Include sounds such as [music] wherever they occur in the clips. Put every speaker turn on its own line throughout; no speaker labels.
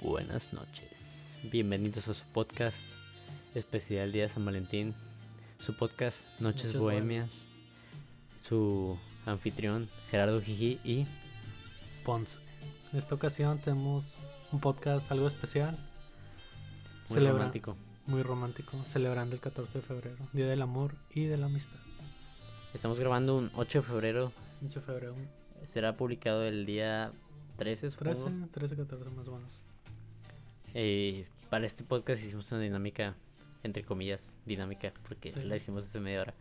Buenas noches. Bienvenidos a su podcast especial Día de San Valentín. Su podcast Noches,
Noches
Bohemias. Su anfitrión Gerardo Jiji y
Ponce. En esta ocasión tenemos un podcast algo especial,
muy
Celebra.
romántico.
muy romántico, celebrando el 14 de febrero, Día del Amor y de la Amistad.
Estamos grabando un 8 de febrero.
8 de febrero,
Será publicado el día 13, supongo.
13, 13, 14 más o menos. [laughs]
Eh, para este podcast hicimos una dinámica, entre comillas, dinámica, porque
Sí.
la hicimos hace media hora.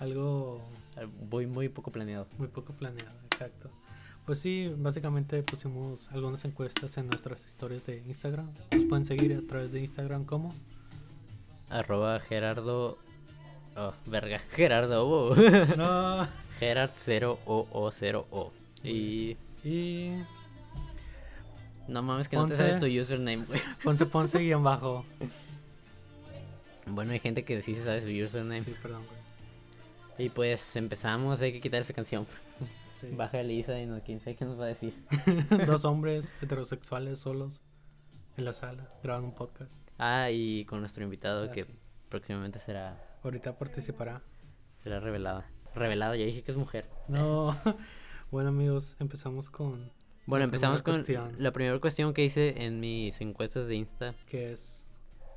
algo
Voy muy poco planeado.
muy poco planeado, exacto. Pues sí, básicamente pusimos algunas encuestas en nuestras historias de Instagram. Nos pueden seguir a través de
[laughs]
Instagram como
Arroba Gerardo. Oh, verga. Gerardo. oh. [laughs]
No.
Gerard 0OO0O. Y.
y
No mames, que no te sabes tu username, güey. [laughs]
Ponce Ponce guión bajo.
Bueno, hay gente que sí se sabe su username.
Sí, perdón, güey.
Y pues empezamos, hay que quitar esa canción.
Sí.
Baja Elisa y no, quién sabe qué nos va a decir.
[laughs] dos hombres heterosexuales solos en la sala grabando un podcast.
Ah, y con nuestro invitado
Ah,
que
sí.
próximamente será,
Ahorita participará.
será revelado. Revelado, ya dije que es mujer.
No. [laughs] bueno, amigos, empezamos con
Bueno,
La
empezamos con
primera cuestión.
la primera cuestión que hice en mis encuestas de Insta.
qué es.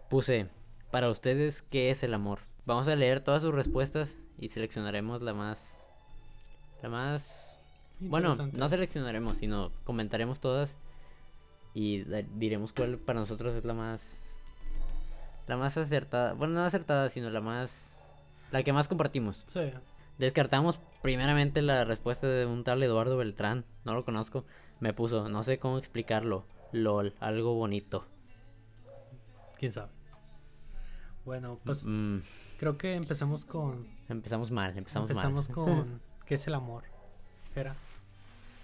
Puse, para ustedes, ¿qué es el amor? Vamos a leer todas sus respuestas y seleccionaremos la más... La más... Bueno,
interesante.
no seleccionaremos, sino comentaremos todas y da- diremos cuál para nosotros es la más... La más acertada. Bueno, no acertada, sino la más... La que más compartimos.
Sí,
Descartamos primeramente la respuesta de un tal Eduardo Beltrán. No lo conozco. Me puso, no sé cómo explicarlo. LOL, algo bonito.
quién sabe. Bueno, pues
Mm,
creo que empecemos con.
empezamos mal, empezamos, [laughs]
empezamos
mal.
con. ¿Qué es el amor? Gera.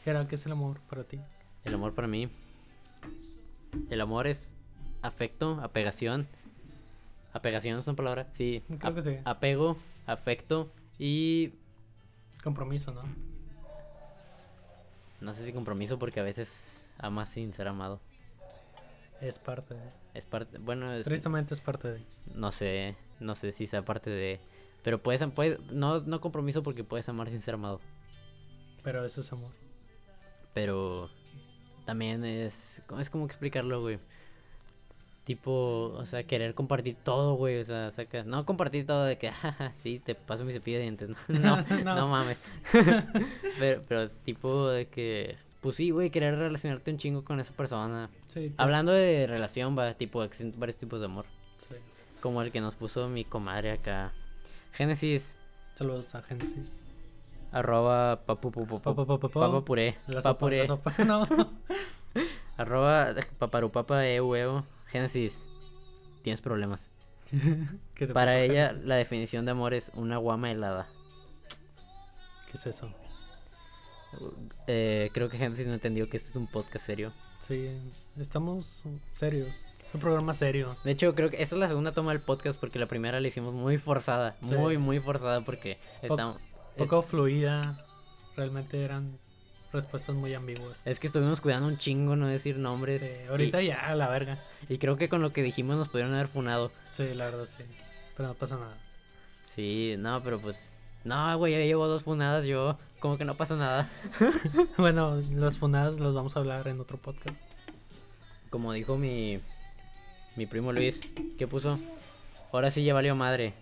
Gera, ¿qué es el amor para ti?
El amor para mí. El amor es afecto, apegación. Apegación es una palabra, sí.
Creo que sí.
Apego, afecto y
Compromiso, ¿no?
no sé si compromiso porque a veces amas sin ser amado.
Es parte de.
Es parte, bueno, es,
Tristemente es parte de.
no sé, no sé si sea parte de pero puedes, am- puedes no no compromiso porque puedes amar sin ser amado,
Pero eso es amor.
pero también es es como explicarlo, güey. Tipo, o sea, querer compartir todo, güey, o sea, saca, no compartir todo de que, [laughs] jaja, sí, te paso mi cepillo de dientes, no, [laughs] no,
[laughs] No.
no mames. [laughs] pero, pero es tipo de que, pues sí, güey, querer relacionarte un chingo con esa persona.
Sí. te-
Hablando de relación, va, tipo, existen varios tipos de amor.
sí.
Como el que nos puso mi comadre acá. Génesis,
Saludos a Genesis.
arroba papu pu- pu-
Pa, pa,
pu-
pa, pa, pa.
papa puré.
La
pa
sopa, la
puré.
sopa. [laughs] No.
Arroba paparupapa e huevo. Génesis, tienes problemas.
¿Qué te
Para
pasó,
ella,
Génesis?
la definición de amor es una guama helada.
¿Qué es eso?
Eh, creo que Génesis no entendió que este es un podcast serio.
Sí, estamos serios. Es un programa serio.
De hecho, creo que esta es la segunda toma del podcast porque la primera la hicimos muy forzada.
Sí.
Muy, muy forzada porque estamos. es-
Poco fluida. Realmente eran respuestas muy ambiguas.
Es que estuvimos cuidando un chingo no decir nombres.
Sí,
y-
ahorita ya, a la verga.
y creo que con lo que dijimos nos pudieron haber funado.
Sí, la verdad, sí. Pero no pasa nada. [laughs]
Sí, no, pero pues. No, güey, ya llevo dos punadas yo. Como que no pasó nada.
Bueno, las funadas las vamos a hablar en otro podcast.
Como dijo mi. Mi primo Luis, ¿qué puso? Ahora sí ya valió madre.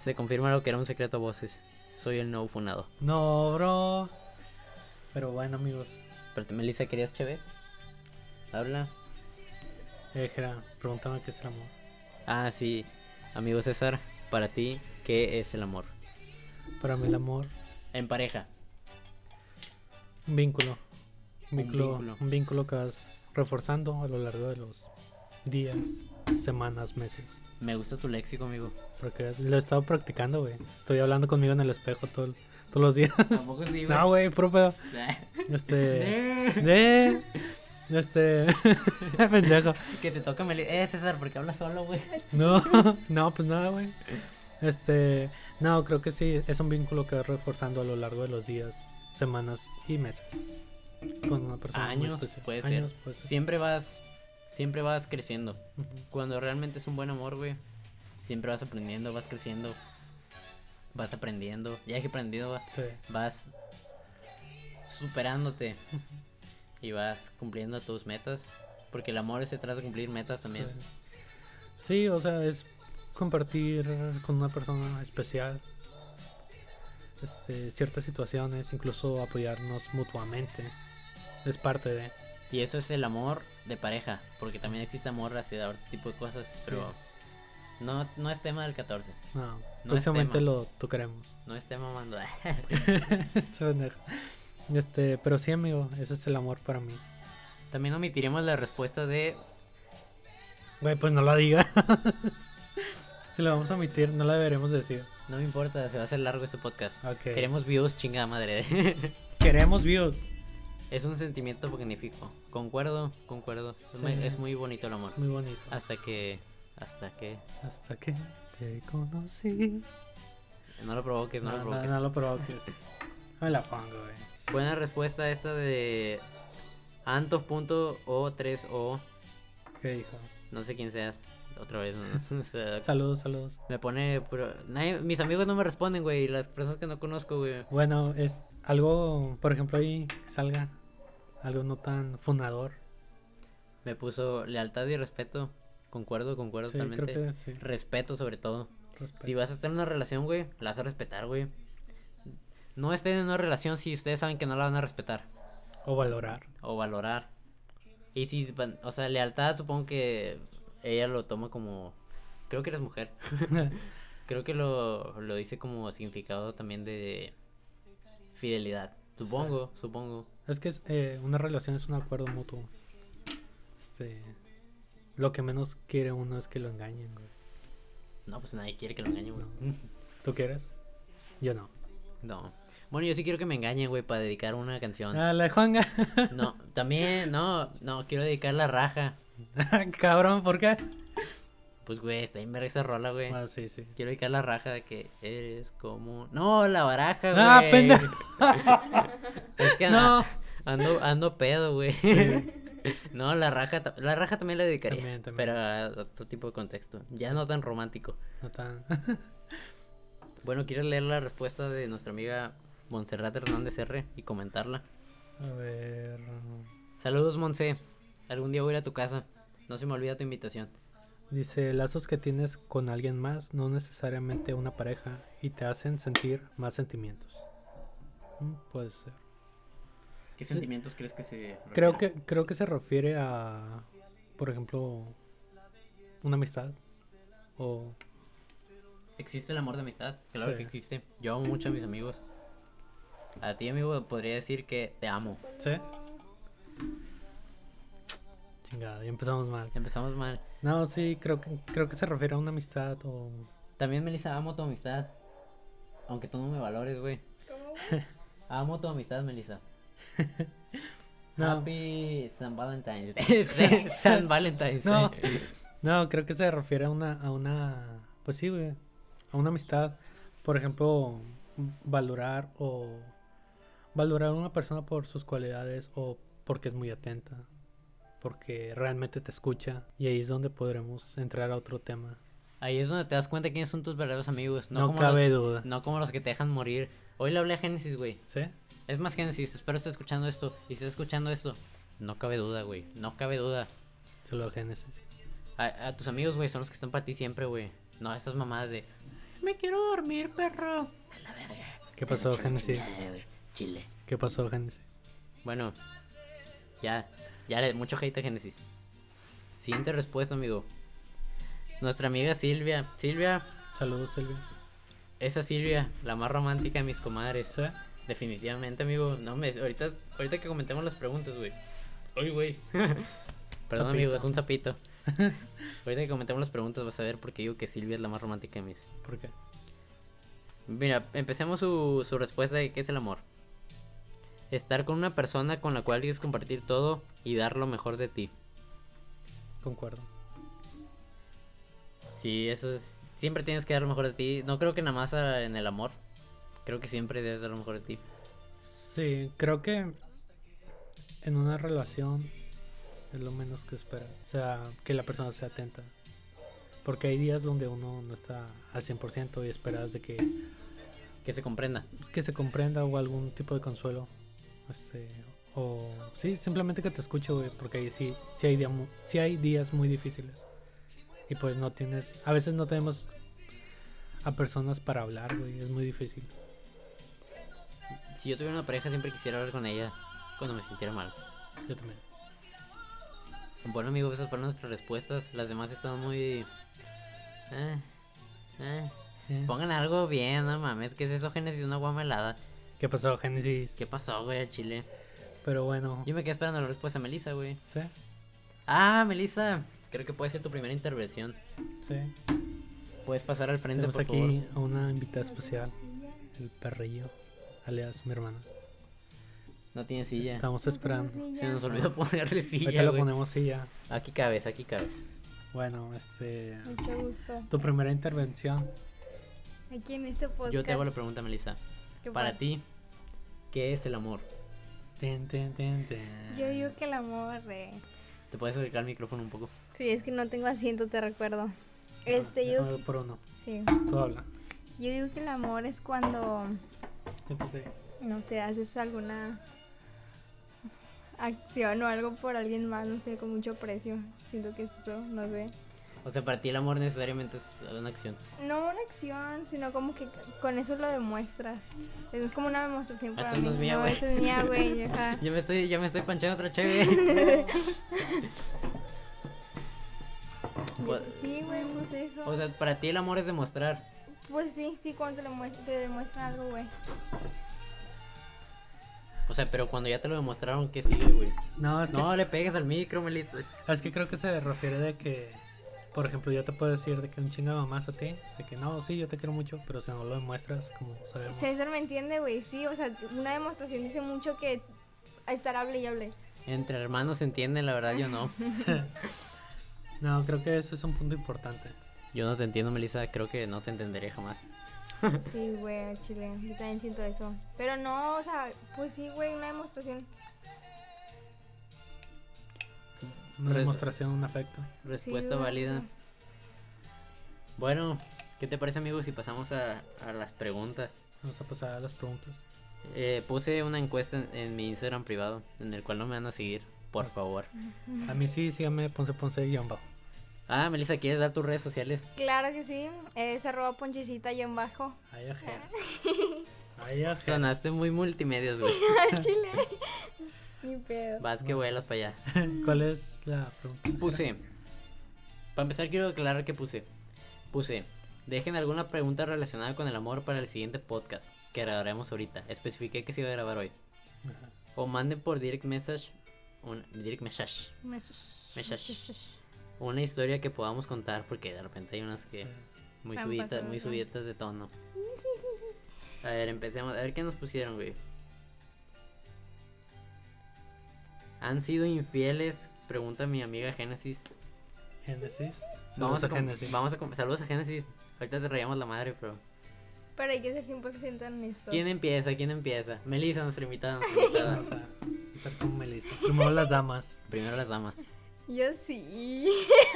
Se confirma lo que era un secreto a voces. Soy el nuevo funado.
No, bro. Pero bueno, amigos.
Pero Melissa, ¿querías cheve? Habla.
Eh, Jera, pregúntame qué es el amor.
Ah, sí. Amigo César, para ti, ¿qué es el amor?
Para mí, el amor.
En pareja.
Un vínculo.
Un
Un vínculo,
vínculo.
un vínculo que vas reforzando a lo largo de los días, semanas, meses.
Me gusta tu léxico, amigo.
Porque lo he estado practicando, güey. Estoy hablando conmigo en el espejo todo el- todos los días.
Tampoco [laughs] sí, Eh.
no, güey, puro pedo. Este. de. Este. [laughs] Pendejo.
que te toca Melissa. Eh, César, porque hablas solo, güey.
No, [laughs] no, pues nada, güey. Este. No, creo que sí. Es un vínculo que vas reforzando a lo largo de los días, semanas y meses. con una persona muy
Años,
especial.
puede ser.
Años, puede ser.
Siempre vas, siempre vas creciendo.
Ujú.
Cuando realmente es un buen amor, güey, siempre vas aprendiendo, vas creciendo, vas aprendiendo. Ya que aprendido, va-
Sí.
vas superándote y vas cumpliendo tus metas. Porque el amor se trata de cumplir metas también.
Sí. Sí, o sea, es compartir con una persona especial este, ciertas situaciones, incluso apoyarnos mutuamente. Es parte de.
Y eso es el amor de pareja. Porque también existe amor hacia otro tipo de cosas. Pero no, no es tema del 14.
No,
es
próximamente
tema.
lo tocaremos. [laughs]
No es tema mando.
Este pendejo. este, pero sí, amigo, ese es el amor para mí.
[laughs] también omitiremos la respuesta de
Güey, pues no la digas. [laughs] si la vamos a omitir, no la deberemos decir.
No me importa, se va a hacer largo este podcast.
Ok.
Queremos views, chingada madre. [laughs]
Queremos views.
es un sentimiento magnífico. Concuerdo, concuerdo. Es,
Sí.
muy, es muy bonito el amor.
Muy bonito.
Hasta que. Hasta que.
Hasta que te conocí.
No lo provoques, no, lo
No, no,
provoques.
no lo provoques.
[laughs]
No me la pongo, güey.
Buena respuesta esta de. Anto.o3o.
¿Qué dijo?
No sé quién seas. Otra vez. ¿no? [laughs] O
[laughs]
sea,
Saludos, saludos.
me pone. puro- nadie- mis amigos no me responden, güey. y Las personas que no conozco, güey.
Bueno, es algo, por ejemplo, ahí que salga algo no tan fundador.
Me puso lealtad y respeto. Concuerdo, concuerdo
Sí, creo
totalmente.
que sí.
Respeto sobre todo.
respeto.
Si vas a estar en una relación, güey, la vas a respetar, güey. No estén en una relación si ustedes saben que no la van a respetar
O valorar. [laughs]
o valorar. Y si, van- o sea, lealtad, supongo que ella lo toma como. Creo que eres mujer. Creo que lo, lo dice como significado también de fidelidad. Supongo, supongo.
es que es, eh, una relación es un acuerdo mutuo. Este, lo que menos quiere uno es que lo engañen, güey.
No, pues nadie quiere que lo engañe, güey. [laughs]
¿Tú quieres? Yo no.
No. Bueno, yo sí quiero que me engañen, güey, para dedicar una canción.
Ah, la de Juanga. [laughs]
No, también, no, no, quiero dedicar la raja.
Cabrón, ¿por qué?
Pues, güey, está en verga esa rola, güey.
Ah, sí, sí.
Quiero dedicar la raja de que eres como... No, la baraja, güey.
Ah, pendejo.
[laughs] Es que
No.
anda- ando, ando pedo, güey. [laughs] No, la raja, ta- la raja también la dedicaría.
También, también.
Pero a otro tipo de contexto. Ya no tan romántico.
No tan. [laughs]
Bueno, ¿quieres leer la respuesta de nuestra amiga Montserrat Hernández R y comentarla?
A ver.
Saludos, Monse. Algún día voy a ir a tu casa. No se me olvida tu invitación.
Dice, lazos que tienes con alguien más, no necesariamente una pareja, y te hacen sentir más sentimientos. Mm, puede ser.
¿Qué sentimientos crees que se...
Creo que, creo que se refiere a, por ejemplo, una amistad. O
Existe el amor de amistad, claro
Sí.
que existe. Yo amo mucho a mis amigos. A ti, amigo, podría decir que te amo.
¿Sí? Chingada, ya empezamos mal.
Empezamos mal.
No, sí, creo que, creo que se refiere a una amistad o...
También, Melissa, amo tu amistad. Aunque tú no me valores, güey. [laughs] Amo tu amistad, Melissa.
[laughs] No.
Happy San Valentine's Day. [laughs] San Valentine's
No.
Day.
No, creo que se refiere a una, a una, pues sí, güey, a una amistad. Por ejemplo, valorar o valorar a una persona por sus cualidades o porque es muy atenta, porque realmente te escucha. Y ahí es donde podremos entrar a otro tema.
Ahí es donde te das cuenta quiénes son tus verdaderos amigos. No,
No,
como
cabe
los,
duda.
No como los que te dejan morir. Hoy le hablé a Génesis, güey.
¿Sí?
Es más, Génesis, espero estés escuchando esto. Y si estás escuchando esto, no cabe duda, güey. No cabe duda.
Solo Génesis.
A, a tus amigos, güey, son los que están para ti siempre, güey. No esas mamadas de... Me quiero dormir, perro. A la verga.
¿Qué pasó,
Echa la
Génesis?
chingada, güey. Chile.
¿Qué pasó, Génesis?
Bueno. Ya. Ya le mucho hate a Génesis. Siguiente respuesta, amigo. Nuestra amiga Silvia. Silvia.
Saludos, Silvia.
Esa Silvia, la más romántica de mis comadres.
¿Sí?
Definitivamente, amigo. No me... Ahorita, ahorita que comentemos las preguntas, güey. Oye, güey. Perdón, amigo,
Sapito.
es un sapito. [laughs] ahorita que comentemos las preguntas vas a ver por qué digo que Silvia es la más romántica de mis...
¿Por qué?
Mira, empecemos su, su respuesta de qué es el amor. Estar con una persona con la cual quieres compartir todo y dar lo mejor de ti.
Concuerdo.
Sí, eso es. Siempre tienes que dar lo mejor de ti. No creo que nada más ah, en el amor. Creo que siempre debes dar lo mejor de ti.
Sí, creo que en una relación es lo menos que esperas. O sea, que la persona sea atenta. Porque hay días donde uno no está al 100% y esperas de que, pues,
Que se comprenda.
que se comprenda o algún tipo de consuelo. Este, o sí, simplemente que te escuche, güey, porque ahí sí, sí hay, día mu- sí hay días muy difíciles. Y pues no tienes, a veces no tenemos a personas para hablar, güey, es muy difícil.
Si yo tuviera una pareja, siempre quisiera hablar con ella cuando me sintiera mal.
Yo también.
Bueno, amigos, esas fueron nuestras respuestas. Las demás están muy. Eh, eh.
Eh,
Pongan algo bien, no mames. ¿Qué es eso, Génesis? Una guama helada.
¿Qué pasó, Génesis?
¿Qué pasó, güey, al chile?
Pero bueno,
Yo me quedé esperando la respuesta de Melissa, güey.
sí,
Ah, Melissa. Creo que puede ser tu primera intervención.
sí.
Puedes pasar al frente,
Tenemos
por
aquí
favor.
a una invitada especial, el perrillo, alias mi hermana.
No tiene silla.
Estamos esperando.
Se nos olvidó ponerle
Ahorita
silla,
lo
güey.
ponemos y ya.
Aquí cabes, aquí cabes.
Bueno, este.
Mucho gusto.
Tu primera intervención.
Aquí en este podcast.
Yo te hago la pregunta, Melissa.
¿Qué
Para
pasa?
ti, ¿qué es el amor?
Tin, tin, tin, tin.
Yo digo que el amor. eh,
¿Te puedes acercar al micrófono un poco?
Sí, es que no tengo asiento, te recuerdo. Este, yo.
Uno por uno.
Sí.
Tú habla.
Yo digo que el amor es cuando.
Siéntate.
No sé, haces alguna. Acción o algo por alguien más, no sé, con mucho precio. Siento que es eso, no sé.
O sea, para ti el amor necesariamente es una acción.
No una acción, sino como que con eso lo demuestras. Es como una demostración para
Ah, Esa no
mí.
es mía, güey.
esa es mía,
[laughs]
güey. ajá.
Yo me estoy, yo me estoy panchando otra chévere.
Yo- Sí, güey, pues eso.
o sea, para ti el amor es demostrar.
Pues sí, sí, cuando te, lo muest- te demuestran algo, güey.
O sea, pero cuando ya te lo demostraron, ¿qué sigue, güey?
No, es que,
No le pegues al micro, Melissa.
es que creo que se refiere de que. Por ejemplo, yo te puedo decir de que un chingo de mamás a ti. De que no, sí, yo te quiero mucho, pero si no lo demuestras, como sabemos.
César me entiende, güey. Sí, o sea, una demostración dice mucho que estar hable
[laughs]
y hable.
Entre hermanos se entiende, la verdad yo no.
No, creo que eso es un punto importante.
Yo no te entiendo, Melissa. Creo que no te entenderé jamás.
Sí, güey, al chile. Yo también siento eso. Pero no, o sea, pues sí, güey, una demostración.
Una
Res-
demostración, un afecto.
Respuesta
Sí,
válida.
sí.
Bueno, ¿qué te parece, amigos, si pasamos a, a las preguntas?
Vamos a pasar a las preguntas.
Eh, puse una encuesta en, en mi Instagram privado, en el cual no me van a seguir, por favor.
A mí sí, síganme Ponce Ponce guión bajo.
Ah, Melissa, ¿quieres dar tus redes sociales?
Claro que sí. Es arroba ponchecita y en bajo. [laughs]
Ay, ajeras. [laughs] Ay, ajeras.
Sonaste muy multimedios, güey.
Al
[laughs]
chile. Ni pedo.
Vas que vuelas para allá.
¿Cuál es la pregunta?
Puse. Para empezar, quiero aclarar que puse. Puse. Dejen alguna pregunta relacionada con el amor para el siguiente podcast que grabaremos ahorita. Especifiqué que se iba a grabar hoy.
Ajá.
O manden por direct message. Un, direct message. Meshach. Una historia que podamos contar porque de repente hay unas que
Sí.
muy
Van
subiditas,
pasando,
muy
¿no?
subiditas de
[laughs]
tono. A ver, empecemos. A ver qué nos pusieron, güey. ¿Han sido infieles? Pregunta mi amiga Génesis.
Génesis.
Vamos
Saludos
a, com-
Génesis.
Vamos a com- saludos a Génesis. Ahorita te rayamos la madre, pero.
Pero hay que ser 100% honesto.
¿Quién empieza? ¿Quién empieza? Melissa, nuestra invitada. nuestra
[laughs]
invitada.
Vamos a empezar con Melissa. Primero las damas.
Primero las damas.
Yo sí. [laughs]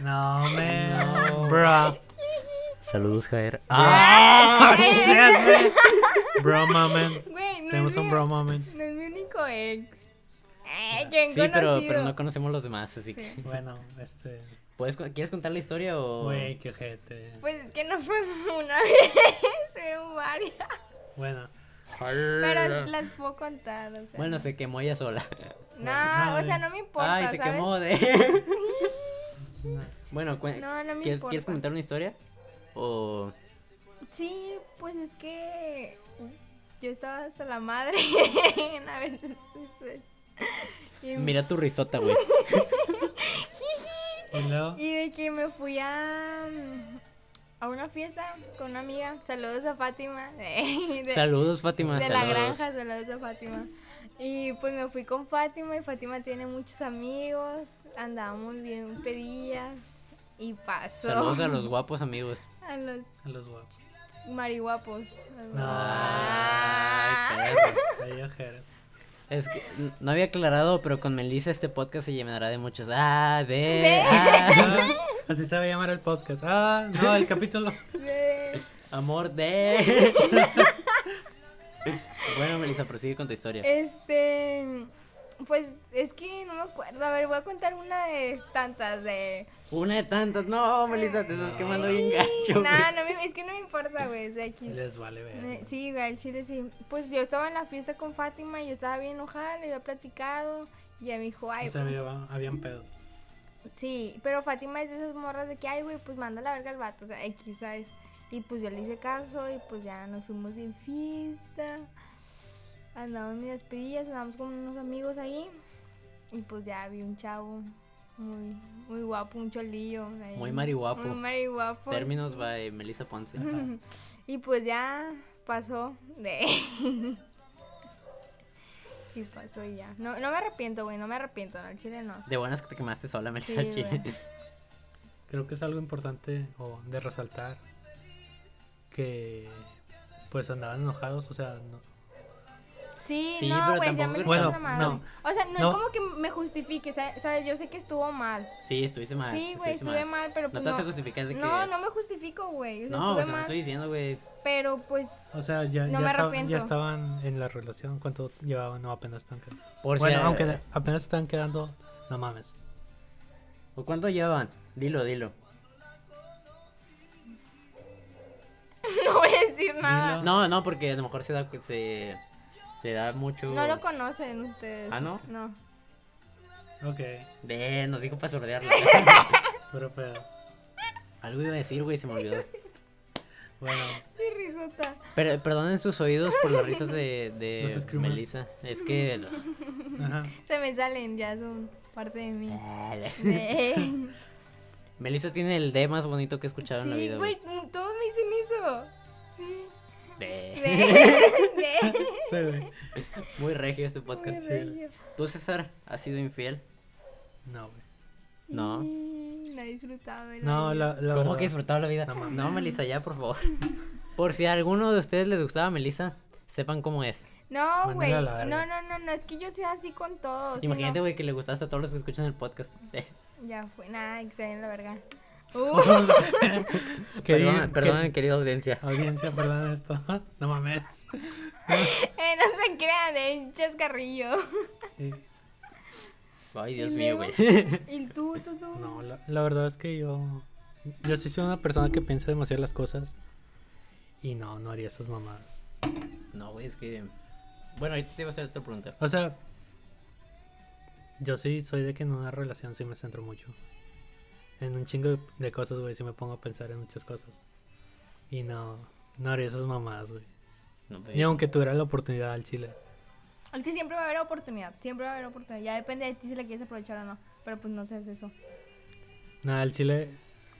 No, me.
No.
Bro.
Saludos, Jair.
[laughs] Ah, shit, man. Bro moment.
Güey, no
Tenemos
es
un
mi-
bro moment.
No es mi único ex. Ay, que
Sí, pero, pero no conocemos los demás, así que.
Sí.
Bueno, este.
¿Puedes, co- ¿Quieres contar la historia o.?
Güey, qué ojete.
Pues es que no fue [laughs] una vez, fueron varias.
Bueno,
Pero las puedo contar, o sea.
Bueno, se quemó ella sola.
No,
Bueno,
o sea, no me importa,
Ay, se
¿sabes?
quemó
[laughs]
de.
no,
bueno, cuen-
No, no me
¿quieres,
importa.
¿quieres comentar una historia? O.
Sí, pues es que yo estaba hasta la madre [laughs] a veces. pues. Y,
Mira tu risota, güey.
y luego.
y de que me fui a mm, a una fiesta con una amiga. Saludos a Fátima. [laughs] [laughs] De-
saludos, Fátima.
de la
saludos.
granja, saludos a Fátima. Y pues me fui con Fátima y Fátima tiene muchos amigos, andábamos bien pedillas y pasó.
Saludos a los guapos amigos.
[laughs] A los
A los guapos.
mariguapos.
No.
Ay,
Ah.
perro.
Ay, ojeras.
Es que n- no había aclarado, pero con Melissa este podcast se llenará de muchos. Ah, de.
De.
ah,
Ah, [laughs] así se va a llamar el podcast. Ah, no,
[laughs]
el capítulo.
Ve.
amor
[laughs]
de. bueno, Melissa, prosigue con tu
Eh.
historia.
Este, pues es que no me acuerdo. A ver, voy a contar una de tantas de.
Una de tantas. No, Melissa, te estás quemando bien
Sí,
gacho. güey.
nah, no me- es que no me importa, güey. O sea, aquí-
Les vale ver.
me- Sí, güey, al chile sí. Pues yo estaba en la fiesta con Fátima y yo estaba bien enojada, le había platicado. Y ella me dijo, ay,
O sea,
pues,
había- habían pedos.
Sí, pero Fátima es de esas morras de que, ay, güey, pues manda la verga al vato, o sea, X, ¿sabes? Y pues yo le hice caso y pues ya nos fuimos de fiesta. Andamos en despedidas, andamos con unos amigos ahí. Y pues ya vi un chavo muy, muy guapo, un cholillo. ahí.
Muy mariguapo.
Muy mariguapo.
Términos by Melissa Ponce.
Y pues ya pasó de... [laughs] y pasó y ya. No, no me arrepiento, güey, no me arrepiento, no, al chile no.
De buenas que te quemaste sola, Melissa.
Sí,
chile.
güey.
Creo que es algo importante o de resaltar que pues andaban enojados, o sea, no-
Sí,
Sí,
no,
pero
güey, ya
tampoco es
me dio
Bueno,
la madre.
no.
O sea, no,
No.
es como que me justifique, sa- ¿sabes? Yo sé que estuvo mal.
Sí, estuviste mal.
sí, güey,
estuviste
estuve mal, pero
No
pues
te vas a
no.
justificar de que.
No, no me justifico, güey. O sea,
No, o
estuve
sea, no
mal,
estoy diciendo, güey.
pero pues
o sea, ya,
No
ya,
me
estaba-
arrepiento.
ya estaban en la relación, cuánto llevaban, no apenas están quedando.
Por
bueno,
si a-
aunque apenas están quedando, no mames.
¿O cuánto llevan? Dilo, dilo.
[laughs] no voy a decir
Ah.
nada.
No, no, porque a lo mejor se da pues, se, se da mucho.
No lo conocen ustedes.
Ah, ¿no?
No.
Ok,
Ve, nos dijo para sordearlo.
puro pedo.
[laughs] Algo iba a decir, güey, se me olvidó.
Bueno,
Qué risota.
Pero perdonen sus oídos por las risas de, de
Los screamers.
Melissa. Es [laughs] que
[laughs]
ajá.
Se me salen, ya son parte de mí.
Ah. [laughs]
De- [laughs]
Melissa tiene el D más bonito que he escuchado en la
sí,
vida.
güey, todos me dicen
[laughs]
eso. Sí.
De-
De- de-
Sí, güey.
Muy regio este podcast.
Muy regio.
¿Tú, César, has sido infiel?
No, güey.
No.
Y No he disfrutado de la
No,
vida.
la, la
¿Cómo
verdad-
que disfrutado la vida?
No
No,
mames.
Melissa, ya, por favor. Por si a alguno de ustedes les gustaba Melissa, sepan cómo es.
No,
Mándala
güey.
a la
No,
verga.
no, no, no. Es que yo sea así con todos. si
Imagínate,
no-
güey, que le gustaste a todos los que escuchan el podcast. Eh,
Ya fue. Nada, que se vayan a
[laughs]
la verga. Uh,
Que
perdón,
digan- que-
perdón, querida audiencia.
Audiencia, perdón esto. [laughs] No mames.
[laughs] eh, no se crean, eh, un chascarrillo.
Sí. Ah.
Ay, Dios
Y
mío, güey.
luego- Y tú, tú, tú.
No, la, la verdad es que yo. Yo sí soy una persona que piensa demasiado las cosas. Y no, no haría esas mamadas.
No, güey, es que. Bueno, ahorita te iba a hacer otra pregunta.
O sea. Yo sí soy de que en una relación sí me centro mucho. En un chingo de cosas, güey. Sí me pongo a pensar en muchas cosas. Y no. No haría esas mamadas, güey.
No, güey.
Ni aunque tuviera la oportunidad al chile.
Es que siempre va a haber oportunidad. Siempre va a haber oportunidad. Ya depende de ti si la quieres aprovechar o no. Pero pues no seas eso.
Nada, al chile.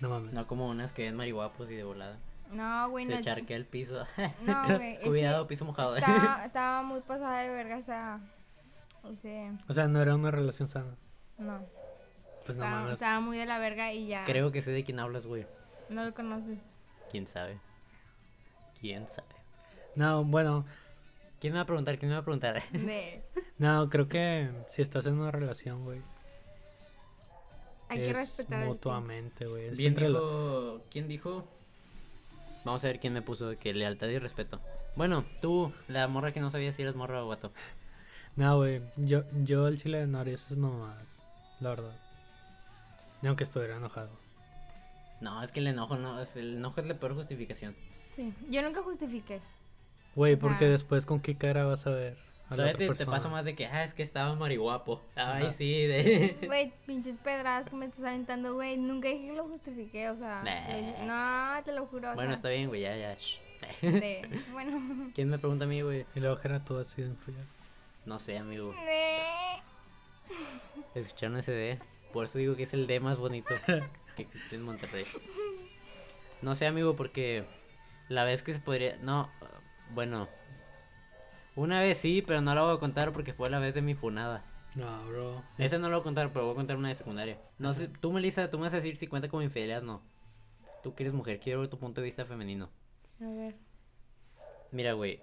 No mames.
No como unas que ven marihuapos y de volada.
No, güey, no.
Se
es-
charquea el piso. [laughs]
No, güey. es que
Cuidado, piso mojado.
Estaba, estaba muy pasada de verga esa. Ese.
O sea, no era una relación sana.
No.
Pues no
estaba,
mames.
estaba muy de la verga y ya.
[laughs] Creo que sé de quién hablas, güey.
No lo conoces.
¿Quién sabe? ¿Quién sabe?
No, bueno.
¿Quién me va a preguntar? ¿Quién me va a preguntar?
De-
[laughs]
No, creo que si estás en una relación, güey.
Hay que respetar. el tiempo.
mutuamente, güey. Es
Bien
entre la-
dijo- ¿Quién dijo? Vamos a ver quién me puso de que lealtad y respeto. Bueno, tú, la morra que no sabía si eras morra o guato.
No, güey. Yo, yo el chile no haría esas mamadas. La verdad. Ni aunque estuviera enojado.
No, es que el enojo no, es- el enojo es la peor justificación.
Sí. Yo nunca justifiqué.
Güey,
O
porque
sea-
después con qué cara vas a ver a la
Todavía
otra
te, te
persona.
pasa más de que, ah, es que estaba marihuapo. Ay,
Ajá.
sí, de... [laughs]
Güey, pinches pedradas que me estás aventando, güey. Nunca dije que lo justifiqué, o sea.
Nah.
lo hice- No, te lo juro. o
Bueno, está
sea,
bien, güey, ya, ya. shh. [laughs]
de- [laughs] Bueno.
¿Quién me pregunta a mí, güey?
Y luego era tú así de infiel.
No sé, amigo.
de-
Escucharon ese D. Por eso digo que es el D más bonito que existe en Monterrey. No sé, amigo, porque la vez que se podría. No, bueno. Una vez sí, pero no la voy a contar porque fue la vez de mi funada.
No, bro.
Esa no la voy a contar, pero voy a contar una de secundaria. No sé, tú, Melissa, tú me vas a decir si cuenta como infidelidad no. Tú que eres mujer, quiero ver tu punto de vista femenino.
A ver.
Mira, güey.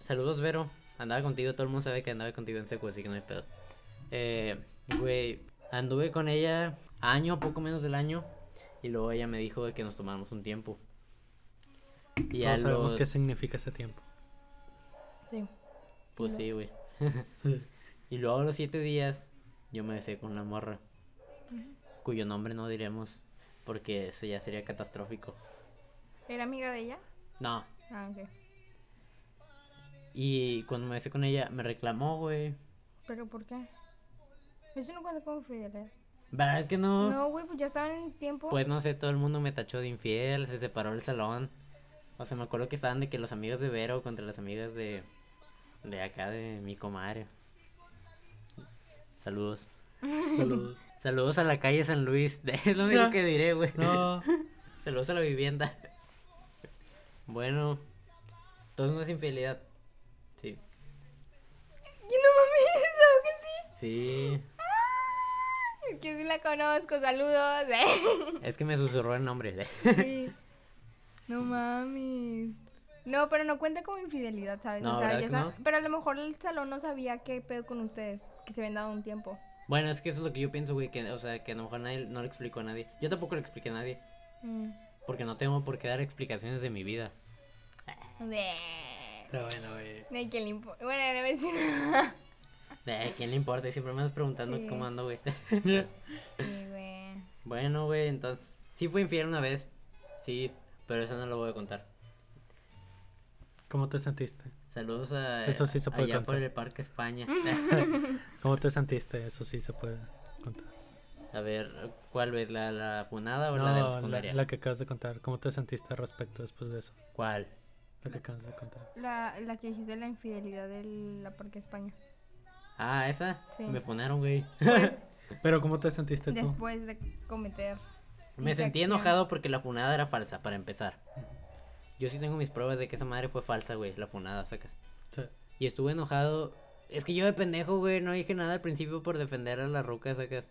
Saludos, Vero. Andaba contigo, todo el mundo sabe que andaba contigo en seco, así que no hay pedo. Eh, güey, anduve con ella año, poco menos del año. Y luego ella me dijo de que nos tomáramos un tiempo. Y
Todos sabemos
los-
qué significa ese tiempo.
Sí.
Pues sí, güey. [laughs] y luego a los siete días yo me besé con una morra. Cuyo nombre no diremos porque eso ya sería catastrófico.
¿Era amiga de ella?
No.
Ah, ok.
Y cuando me besé con ella me reclamó, güey.
¿Pero por qué? Eso no cuenta como fidelidad.
¿Verdad que no?
No, güey, pues ya estaban en tiempo.
Pues no sé, todo el mundo me tachó de infiel, se separó el salón. O sea, me acuerdo que estaban de que los amigos de Vero contra las amigas de. de acá de mi comadre. Saludos.
Saludos.
Saludos a la calle San Luis. [laughs] Es lo único
No.
que diré, güey.
[laughs] No,
Saludos a la vivienda. Bueno. Entonces no es infidelidad. Sí.
¡Que no mames! [laughs] ¿o ¿Qué sí?
Sí.
Es que sí la conozco, saludos. eh.
Es que me susurró el nombre. [laughs] ¿eh?
Sí. No mames. No, pero no cuenta como infidelidad, ¿sabes?
No,
o sea,
¿verdad
ya
que
sab-
no?
Pero a lo mejor el salón no sabía qué pedo con ustedes, que se habían dado un tiempo.
Bueno, es que eso es lo que yo pienso, güey. Que, o sea, que a lo mejor nadie, no lo explicó a nadie. Yo tampoco lo expliqué a nadie.
Mm.
Porque no tengo por qué dar explicaciones de mi vida. [laughs]
De...
está bueno, güey.
Ni que le impo- Bueno, no me nada.
Eh, ¿Quién le importa? Y Siempre me andas preguntando
Sí.
cómo ando, güey.
[laughs]
[laughs]
Sí, güey.
bueno, güey, entonces. Sí fui infiel una vez. Sí, pero eso no lo voy a contar.
¿Cómo te sentiste?
Saludos a.
Eso sí se puede
allá por
contar.
el Parque
[laughs]
España. [laughs]
¿Cómo te sentiste? Eso sí se puede contar.
a ver, ¿cuál ves? ¿La, la funada o
No,
la de la
la,
secundaria?
la que acabas de contar. ¿Cómo te sentiste al respecto después de eso?
¿Cuál?
La que acabas de contar.
La, la que dijiste la infidelidad de la Parque España.
Ah, esa.
Sí.
Me funaron, güey. [laughs]
Por eso,
Pero ¿cómo te sentiste tú?
después de cometer.
Me sentí
infección.
enojado porque la funada era falsa, para empezar. Yo sí tengo mis pruebas de que esa madre fue falsa, güey. La funada, sacas.
Sí.
Y estuve enojado. Es que yo de pendejo, güey, no dije nada al principio por defender a la ruca, sacas.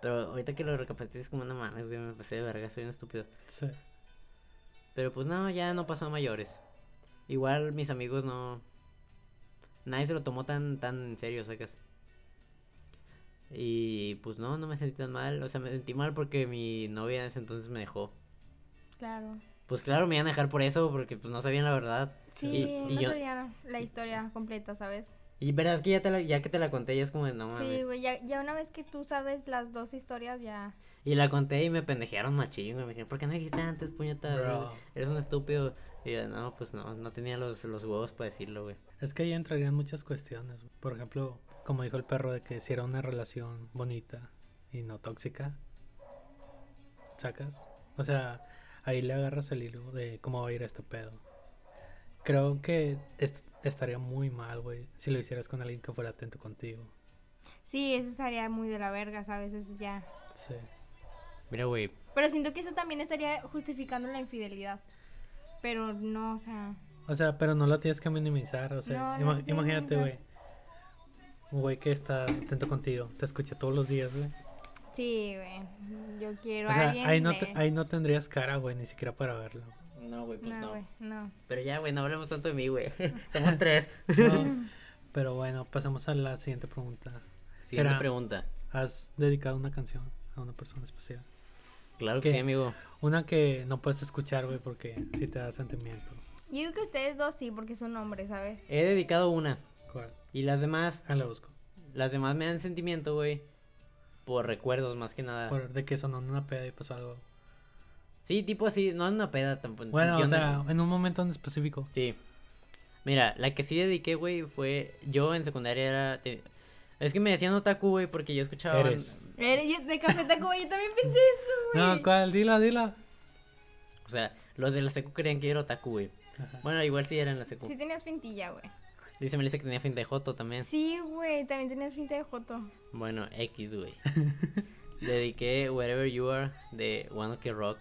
Pero ahorita que lo recapitulé es como no mames, güey, me pasé de verga, soy un estúpido.
Sí.
Pero pues no, ya no pasó a mayores. Igual mis amigos no. Nadie se lo tomó tan, tan en serio, sacas. Y pues no, no me sentí tan mal. O sea, me sentí mal porque mi novia en ese entonces me dejó.
Claro.
Pues claro, me iban a dejar por eso, porque pues no sabían la verdad.
Sí,
y, y
no
yo-
sabía la historia completa, ¿sabes?
y verdad que ya, te la- ya que te la conté, ya es como de no mames.
Sí, güey, ya, ya una vez que tú sabes las dos historias, ya.
Y la conté y me pendejearon machín, güey. Me dijeron, ¿por qué no dijiste antes, puñeta?
Bro.
Eres un estúpido. Y yo, no, pues no, no tenía los, los huevos para decirlo, güey.
Es que ahí entrarían muchas cuestiones. güey. Por ejemplo, como dijo el perro, de que si era una relación bonita y no tóxica, ¿sacas? O sea, ahí le agarras el hilo de cómo va a ir este pedo. Creo que est- estaría muy mal, güey, si lo hicieras con alguien que fuera atento contigo.
Sí, eso estaría muy de la verga, ¿sabes? Eso ya.
Sí.
Mira, güey,
Pero siento que eso también estaría justificando la infidelidad. Pero no, o sea.
O sea, pero no la tienes que minimizar, o sea,
No, no
ima-
se tiene que
imagínate, güey.
minimizar.
Un güey que está atento contigo, te escucha todos los días, güey.
Sí, güey. Yo quiero
O
a
sea,
alguien.
ahí no,
de-
te- ahí no tendrías cara, güey, ni siquiera para verlo.
No, güey, pues
no,
no.
güey, no.
Pero ya, güey, no hablemos tanto de mí, [laughs] güey. Somos tres.
No, [laughs] pero bueno, pasamos a la siguiente pregunta.
Siguiente
Era-
pregunta.
¿Has dedicado una canción a una persona especial?
Claro que
¿Qué?
sí, amigo.
Una que no puedes escuchar, güey, porque si te da sentimiento.
Yo digo que ustedes dos sí, porque son hombres, ¿sabes?
He dedicado una.
¿Cuál?
Y las demás,
Ah, la busco.
las demás me dan sentimiento, güey. Por recuerdos, más que nada.
Por de que sonó en una peda y pasó algo.
Sí, tipo así, no en una peda tampoco.
Bueno,
Yo no-
o sea, en un momento en específico.
Sí. Mira, la que sí dediqué, güey, fue. Yo en secundaria era. te- Es que me decían otaku, güey, porque yo escuchaba.
Eres.
Eres- Eh, yo- De Café Tacuba, yo también pensé eso, güey.
No, ¿cuál? Dila, dila.
O sea, los de la secu creían que yo era otaku, güey.
Ajá.
Bueno, igual sí era en la secu.
Sí tenías fintilla, güey.
Dice Melissa que tenía fin de joto también.
Sí, güey, también tenías finta de Joto.
Bueno, X, güey. Dediqué Wherever You Are de One Ok Rock.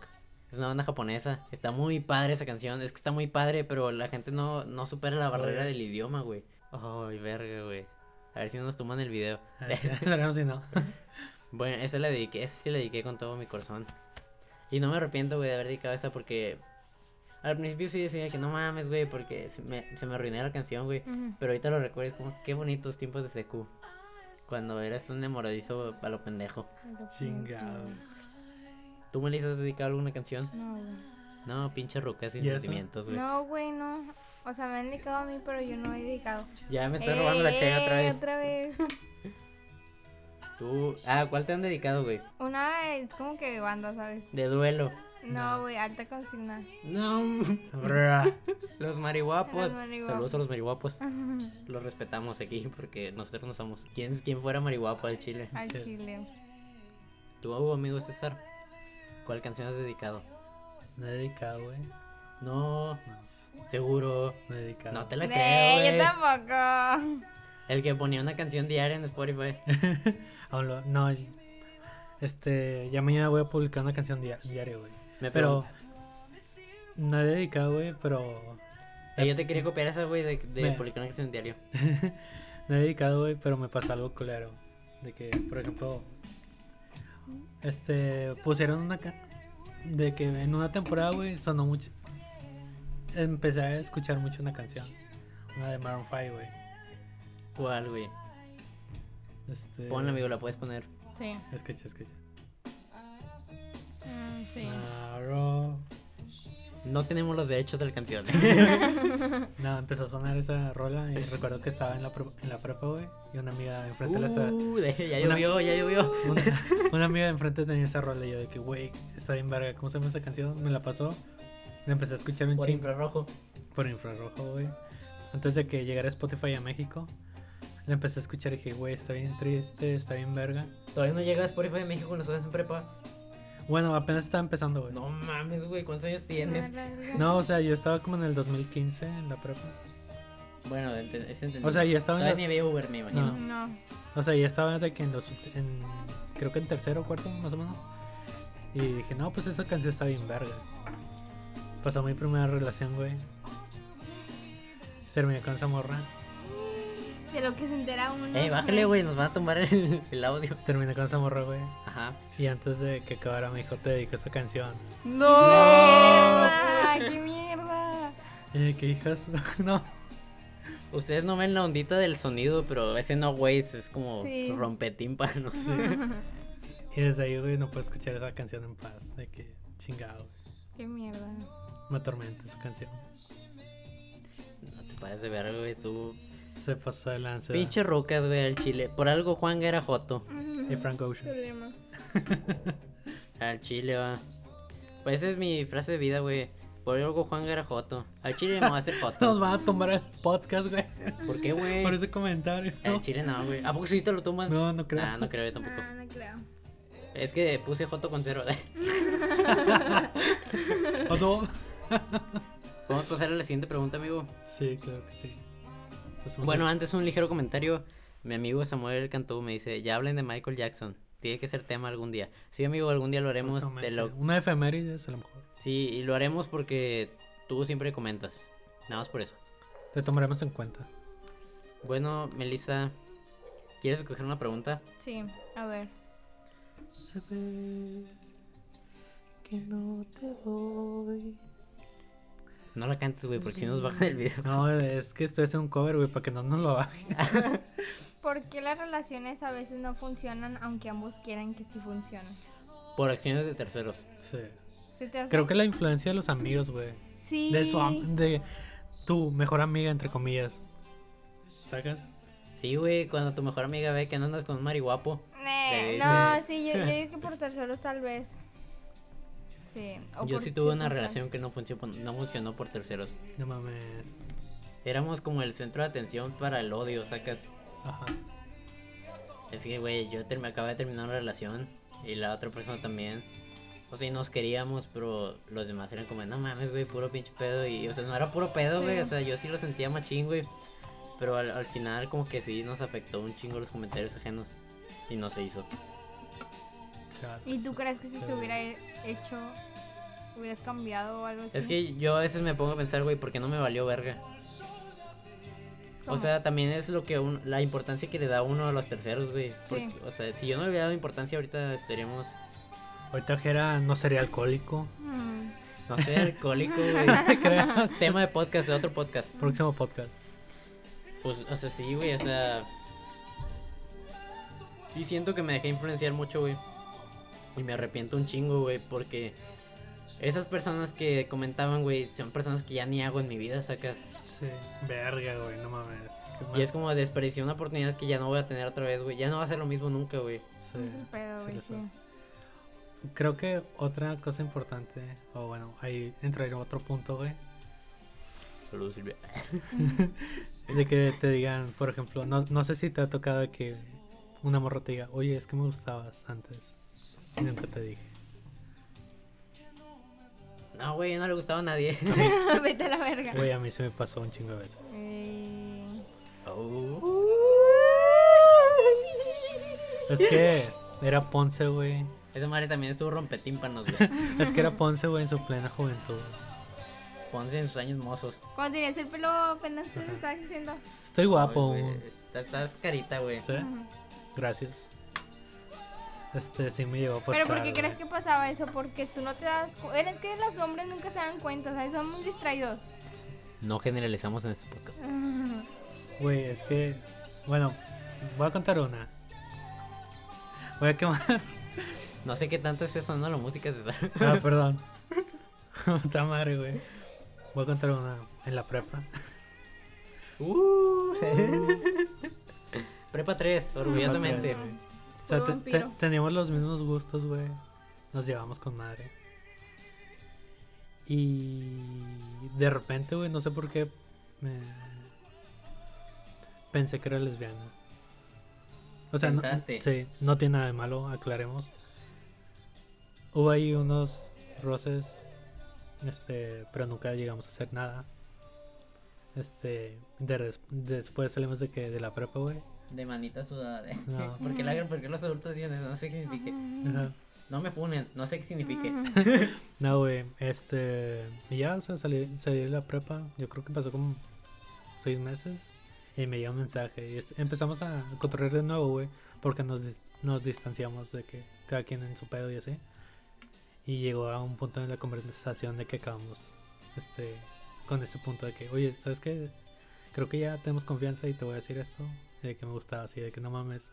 Es una banda japonesa. Está muy padre esa canción. Es que está muy padre, pero la gente no, no supera la barrera del idioma, güey. Ay, verga, güey. A ver si no nos toman el video.
A ver, [laughs] Esperemos si
[laughs]
no.
Bueno, esa la dediqué, esa sí la dediqué con todo mi corazón. Y no me arrepiento, güey, de haber dedicado esa porque Al principio sí decía que no mames, güey, porque se me, se me arruiné la canción, güey.
Ujú.
Pero ahorita lo recuerdo, es como qué bonitos tiempos de secu. Cuando eras un demoradizo a lo pendejo.
Chingado.
¿Tú me le has dedicado alguna canción?
No, güey.
No, pinche ruca sin
¿Y eso?
sentimientos, güey.
No, güey, no. O sea, me han dedicado a mí, pero yo no he dedicado.
Ya me está robando la chega otra
¡Eh,
vez.
Otra vez.
Tú, ah, ¿cuál te han dedicado, güey?
Una es como que banda, ¿sabes?
De duelo.
No, güey, alta consigna. [laughs]
No, [laughs]
Brr. ah.
los marihuapos.
Los marihuapos.
Saludos a los marihuapos. Los respetamos aquí [laughs] porque nosotros no somos. ¿Quién, quién fuera marihuapo al chile?
Al
Sí.
chile.
Tu amigo César, ¿cuál canción has dedicado?
No he dedicado, güey.
No, seguro.
No he dedicado.
No te la
Güey,
creo,
yo
güey.
tampoco.
El que ponía una canción diaria en Spotify. [laughs]
Aún lo- no, este, ya mañana voy a publicar una canción dia- diaria, güey.
Me
Pero
pero
no he dedicado, güey, pero
Eh, yo te quería copiar esa, güey, de, de
Me-
publicar una canción diario.
no he dedicado, güey, pero me pasó algo culero. De que, por ejemplo, este, pusieron una ca- de que en una temporada, güey, sonó mucho. Empecé a escuchar mucho una canción, una de Maroon 5, güey.
¿Cuál, güey?
Eh. Este,
Ponla, amigo, la puedes poner.
Sí.
Escucha, escucha.
Mm, sí.
Ah, Maroon-
No tenemos los derechos de la
[laughs]
canción.
No, empezó a sonar esa rola y recuerdo que estaba en la, pre- en la prepa, güey, y una amiga de enfrente la estaba...
Uh, de- ya
Una-
llovió, ya
[laughs]
llovió.
Una, una amiga de enfrente tenía esa rola y yo de que, güey, está bien verga, ¿cómo se llama esa canción? Me la pasó, la empecé a escuchar
[laughs]
un
Por
chingo
infrarrojo.
por infrarrojo, güey. Antes de que llegara Spotify a México, la empecé a escuchar y dije, güey, está bien triste, está bien verga.
Todavía no llega a Spotify de México cuando estás en prepa.
Bueno, apenas estaba empezando, güey. No.
No mames, güey, ¿cuántos años tienes?
o sea, yo estaba como en el 2015 en la prepa.
Bueno, ente- es entendible.
O sea, ya estaba en
Todavía
la-
ni había Uber, me imagino.
No.
O sea, ya estaba de que en los ulti- en- creo que en tercero o cuarto, más o menos. Y dije, no, pues esa canción está bien verga. Pasó mi primera relación, güey. Terminé con esa morra.
De lo que se entera uno.
Eh, bájale, güey, nos van a tumbar el, el audio.
Terminé con esa morra, güey.
Ajá.
Y antes de que acabara, me dijo, te dedico esa canción.
¡Mierda! ¡Qué mierda!
Y dije, ¿qué hijas? [laughs] no.
Ustedes no ven la ondita del sonido, pero ese no, güey, es como
Sí.
rompetímpanos.
[laughs] Y desde ahí, güey, no puedo escuchar esa canción en paz. De que, chingado, güey.
¡Qué mierda!
Me atormenta esa canción.
No te pares de ver, güey, tú.
Se pasó de lanza.
Pinche rocas, güey, al chile. Por algo Juan era Joto.
Y Frank Ocean.
Mm, Problema.
Al chile, va. Pues esa es mi frase de vida, güey. Por algo Juan era Joto. Al chile no va a ser
[laughs] Nos
Joto.
van a tomar el podcast, güey.
¿Por qué, güey?
Por ese comentario.
Al chile no, güey. ¿A poco sí te lo toman?
No, no creo.
Ah, no creo yo tampoco.
No, no creo.
Es que puse Joto con cero. [laughs]
¿O no?
Vamos a pasar a la siguiente pregunta, amigo.
Sí, claro que sí. Pues vamos
Bueno,
a-
antes un ligero comentario. Mi amigo Samuel Cantú me dice, ya hablen de Michael Jackson. Tiene que ser tema algún día. Sí, amigo, algún día lo haremos. Te lo...
Una efeméride es a lo mejor.
Sí, y lo haremos porque tú siempre comentas. Nada más por eso.
Te tomaremos en cuenta.
Bueno, Melissa, ¿quieres escoger una pregunta?
Sí, a ver.
Se ve que no te voy.
No la cantes, güey, porque si nos bajan el video. [laughs]
No, es que estoy haciendo un cover, güey, para que no nos lo baje.
¿Por qué las relaciones a veces no funcionan aunque ambos quieran que sí funcionen?
Por acciones de terceros.
Sí.
¿Se te hace?
Creo que la influencia de los amigos, güey.
sí.
De su am- de tu mejor amiga, entre comillas. ¿Sacas?
Sí, güey, cuando tu mejor amiga ve que no andas con un mariguapo.
Eh,
Sí,
no, sí, yo,
[laughs]
yo digo que por terceros tal vez. Sí. o
Yo
por
sí tuve una
circunstancias.
relación que no funcionó, no funcionó por terceros.
No mames.
Éramos como el centro de atención para el odio, sacas.
Ajá.
Es que, güey, yo term- acababa de terminar una relación y la otra persona también. O sea, y nos queríamos, pero los demás eran como, no mames, güey, puro pinche pedo. Y, o sea, no era puro pedo,
Sí.
güey. O sea, yo sí lo sentía machín, güey. Pero al, al final, como que sí nos afectó un chingo los comentarios ajenos. Y no se hizo.
Sacas.
¿Y tú crees que si se
Sí.
hubiera he- hecho, hubieras cambiado o algo así?
Es que yo a veces me pongo a pensar, güey, ¿por qué no me valió verga? O
¿Cómo?
sea, también es lo que un- la importancia que le da uno a los terceros, güey. Porque,
Sí.
O sea, si yo no le hubiera dado importancia, ahorita estaríamos
Ahorita Jera no sería alcohólico. [laughs]
Mm,
No
[laughs]
soy alcohólico, güey.
creas.
Tema de podcast, de otro podcast.
Próximo podcast.
Pues, o sea, sí, güey, o sea. Sí, siento que me dejé influenciar mucho, güey. Y me arrepiento un chingo, güey, porque esas personas que comentaban, güey, son personas que ya ni hago en mi vida, sacas.
Sí. Verga, güey, no mames. Qué mal.
Y es como desperdiciar una oportunidad que ya no voy a tener otra vez, güey. Ya no va a ser lo mismo nunca, güey.
Sí,
Es el pedo,
sí
güey,
lo
sí. [laughs]
sé. Creo que otra cosa importante, o bueno, ahí entraría otro punto, güey,
Saludos, Silvia.
de que te digan, por ejemplo, no, no sé si te ha tocado de que una morra te diga, oye, es que me gustabas antes, y nunca te dije.
No, güey, yo no le gustaba a nadie.
[laughs] Vete a la verga.
Güey, a mí se me pasó un chingo de veces.
Eh,
[laughs] Oh.
Es que era Ponce, güey.
Esa madre también estuvo rompetímpanos, [laughs] güey.
Es que era Ponce, güey, en su plena juventud.
Ponce en sus años mozos.
Cuando tenías el pelo apenas te
Ajá.
lo estabas diciendo.
Estoy guapo.
Ay, güey, estás- Estás carita, güey.
¿Sí? Gracias. Este sí me llevó a pasar.
Pero ¿por qué
güey.
crees que pasaba eso? Porque tú no te das cuenta. Es que los hombres nunca se dan cuenta, ¿sabes? Son muy distraídos. [laughs]
No generalizamos en este podcast.
Güey, es que. Bueno, voy a contar una. Voy a quemar. [laughs]
No sé qué tanto es eso, ¿no? La música se sabe.
Ah, perdón. [laughs] Puta madre, güey. Voy a contar una en la prepa.
Eh. Prepa 3, orgullosamente.
Uh. Prepa tres, O sea,
Puro
te- te-
vampiro.
teníamos los mismos gustos, güey. Nos llevamos con madre. Y de repente, güey, no sé por qué. me- Pensé que era lesbiana. O sea, no,
Pensaste.
sí, no tiene nada de malo, aclaremos. Hubo ahí unos roces, este, pero nunca llegamos a hacer nada. Este, de res- después salimos de que de la prepa, güey.
De manita sudada. ¿eh?
No.
[laughs]
¿Por qué, la, por qué los adultos dicen eso? No sé qué signifique.
Ajá.
No me funen, no sé qué signifique.
No, güey, este. Y ya, o sea, salí, salí de la prepa. Yo creo que pasó como seis meses. Y me llegó un mensaje. Y este- empezamos a cotorrear de nuevo, güey. Porque nos, dis- nos distanciamos de que cada quien en su pedo y así. Y llegó a un punto en la conversación de que acabamos. Este. Con ese punto de que, oye, ¿sabes qué? Creo que ya tenemos confianza y te voy a decir esto. De que me gustabas y de que no mames.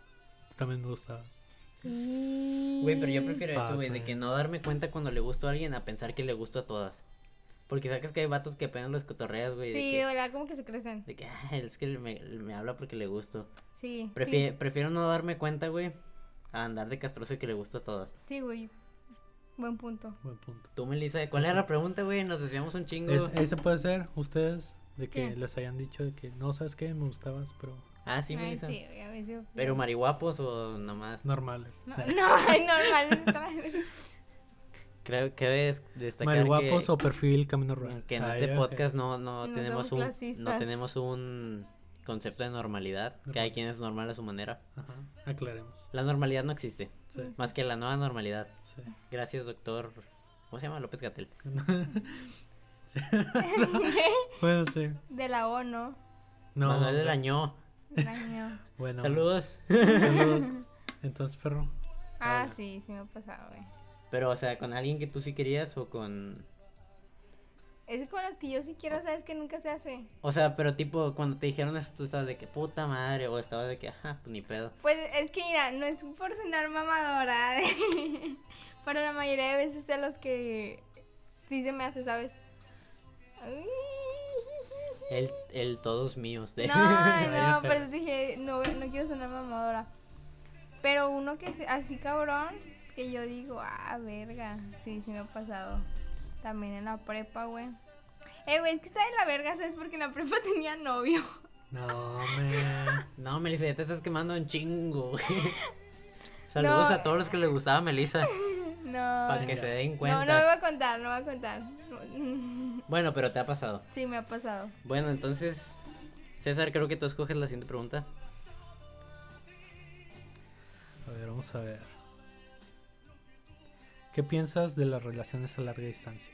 Tú también me gustabas.
Güey, pero yo prefiero
Ah,
eso, güey, de
ok.
que no darme cuenta cuando le gusto a alguien a pensar que le gusto a todas. Porque sacas que hay vatos que apenas los cotorreas, güey. de
Sí,
que-
de verdad, como que se crecen.
De que, "Ah, es que me, me habla porque le gusto.
Sí.
Prefie- Prefiero no darme cuenta, güey, a andar de castroso y que le gusto a todas.
Sí, sí, güey. Buen punto.
Buen punto.
Tú, Melissa, ¿cuál era la pregunta, güey? Nos desviamos un chingo.
Es- eh, ese puede ser, ustedes, de que
¿Qué?
les hayan dicho de que no sabes qué, me gustabas, pero
Ah, sí,
Ay,
Melissa.
sí, güey, a mí sí.
Pero marihuapos o nomás.
normales.
[laughs]
No, [laughs]
Nah.
no, ay, normal.
Creo que debes destacar
Marihuapos
que,
o perfil camino rural.
que en
Ah,
este
ya,
podcast no, no,
No
tenemos
somos
un, no
clasistas.
tenemos un concepto de normalidad. Cada
Normal.
quien es normal a su manera.
ok. Ajá, aclaremos.
La normalidad no existe,
Sí,
más que la nueva normalidad.
sí.
Gracias, doctor. ¿Cómo se llama? López Gatel.
Sí. bueno, sí.
De la O, ¿no?
No,
Manuel del
hombre.
Año.
Del año.
Bueno,
Saludos. [laughs]
saludos. Entonces, perro.
Ah,
Habla.
sí, sí me ha pasado, güey.
Pero, o sea, con alguien que tú sí querías o con...
Es con los que yo sí quiero, ¿sabes? Que nunca se hace.
O sea, pero tipo, cuando te dijeron eso, tú estabas de que puta madre, o estabas de que, ajá, pues ni pedo.
Pues es que mira, no es por cenar mamadora, [laughs] pero la mayoría de veces a los que sí se me hace, ¿sabes? Ay,
El, el todos míos. De...
No,
[laughs]
Ay,
no,
ajá.
pero dije, no, no quiero sonar mamadora. Pero uno que es así cabrón, que yo digo, ah, verga, sí, sí me ha pasado. También en la prepa, güey. Eh, güey, es que está de la verga, ¿sabes? Porque en la prepa [laughs] tenía novio.
No, me.
No, Melissa, ya te estás quemando un chingo.
[laughs]
güey. Saludos
No.
a todos los que les gustaba Melissa,
No.
para que se den cuenta.
No, no voy a contar, no voy a contar. [laughs]
Bueno, pero te ha pasado.
Sí, me ha pasado.
Bueno, entonces, César, creo que tú escoges la siguiente pregunta.
A ver, vamos a ver. ¿Qué piensas de las relaciones a larga distancia?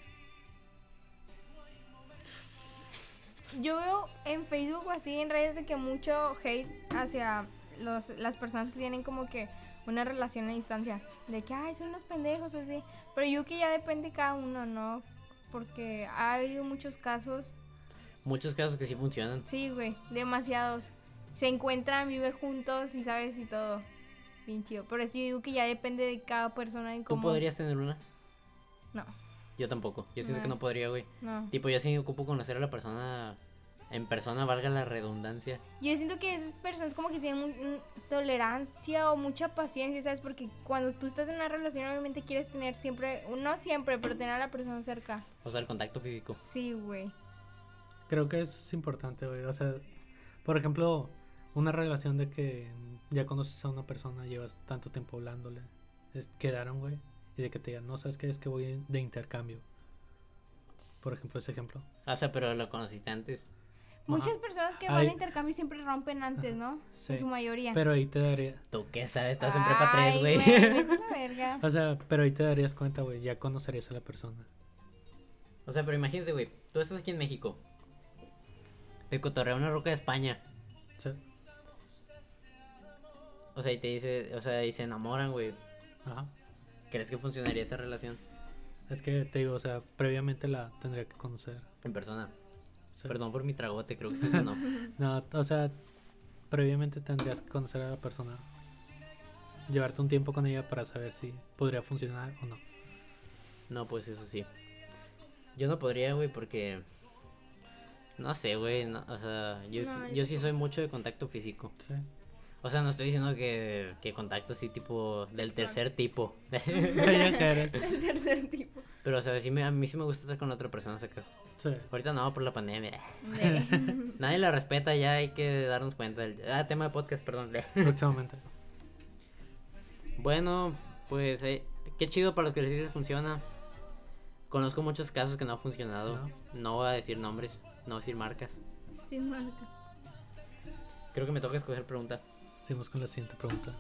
Yo veo en Facebook o así en redes de que mucho hate hacia los, las personas que tienen como que una relación a distancia. De que, ay, son unos pendejos o así. Pero yo que ya depende cada uno, ¿no? porque ha habido muchos casos.
Muchos casos que sí funcionan.
Sí, güey, demasiados. Se encuentran, viven juntos y sabes y todo. Bien chido. Por eso yo digo que ya depende de cada persona en
¿Tú
cómo.
podrías tener una?
No,
Yo tampoco. Yo siento que
No.
no podría, güey.
no.
Tipo, yo sí ocupo conocer a la persona en persona, valga la redundancia.
Yo siento que esas personas como que tienen un- un tolerancia o mucha paciencia, ¿sabes? Porque cuando tú estás en una relación obviamente quieres tener siempre, no siempre, pero tener a la persona cerca.
O sea, el contacto físico.
Sí, güey.
Creo que eso es importante, güey. O sea, por ejemplo, una relación de que ya conoces a una persona, llevas tanto tiempo hablándole, es- quedaron, güey, y de que te digan, no, ¿sabes qué? Es que voy de intercambio. Por ejemplo, ese ejemplo.
Ah, O sea, pero lo conociste antes.
Muchas personas que van
Ay.
a intercambio siempre rompen antes, ¿no?
Sí.
En su mayoría.
Pero ahí te daría,
¿Tú qué sabes? Estás en prepa 3, güey. [laughs]
vete a la verga.
o sea, pero ahí te darías cuenta, güey, ya conocerías a la persona.
O sea, pero imagínate, güey. Tú estás aquí en México. Te cotorrea una roca de España.
Sí.
O sea, y te dice, o sea, y se enamoran, güey.
Ajá.
¿Crees que funcionaría esa relación
Es que te digo, o sea, previamente la tendría que conocer.
en persona?
Sí.
Perdón por mi tragote, creo que se sonó.
No, o sea, previamente tendrías que conocer a la persona. Llevarte un tiempo con ella para saber si podría funcionar o no.
No, pues eso sí. Yo no podría, güey, porque... No sé, güey. no- o sea, yo,
No,
sí-
yo
yo sí soy mucho de contacto físico.
Sí.
O sea, no estoy diciendo que, que contacto así tipo del tercer tipo. [laughs]
Ya que eres.
El tercer tipo.
Pero, o sea, sí me- a mí sí me gusta estar con otra persona, sacas.
Sí.
Ahorita no, por la pandemia.
De-
Nadie la respeta, ya hay que darnos cuenta. del- Ah, tema de podcast, perdón. [laughs]
Próximamente.
bueno, pues eh, qué chido para los que sí les funciona. Conozco muchos casos que no ha funcionado.
No.
No voy a decir nombres, no voy a decir marcas.
Sin marca.
Creo que me toca escoger pregunta.
Seguimos con la siguiente pregunta.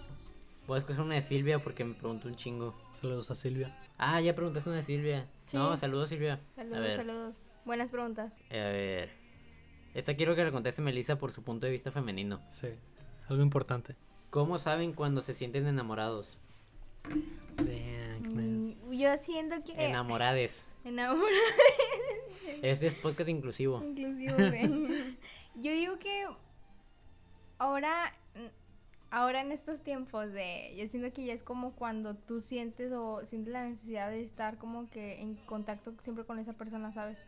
Voy a escoger una de Silvia porque me preguntó un chingo.
Saludos a Silvia.
Ah, ya preguntaste una de Silvia.
Sí.
No, saludos Silvia. a
Saludos,
ver. eh,
saludos. Buenas preguntas.
A ver. Esta quiero que la conteste Melissa por su punto de vista femenino.
Sí. Algo importante.
¿Cómo saben cuando se sienten enamorados?
Mm, Yo siento que
Enamorades.
enamorada
[laughs] Este es podcast inclusivo.
inclusivo, güey. [laughs] Yo digo que ahora ahora en estos tiempos de yo siento que ya es como cuando tú sientes o sientes la necesidad de estar como que en contacto siempre con esa persona, ¿sabes?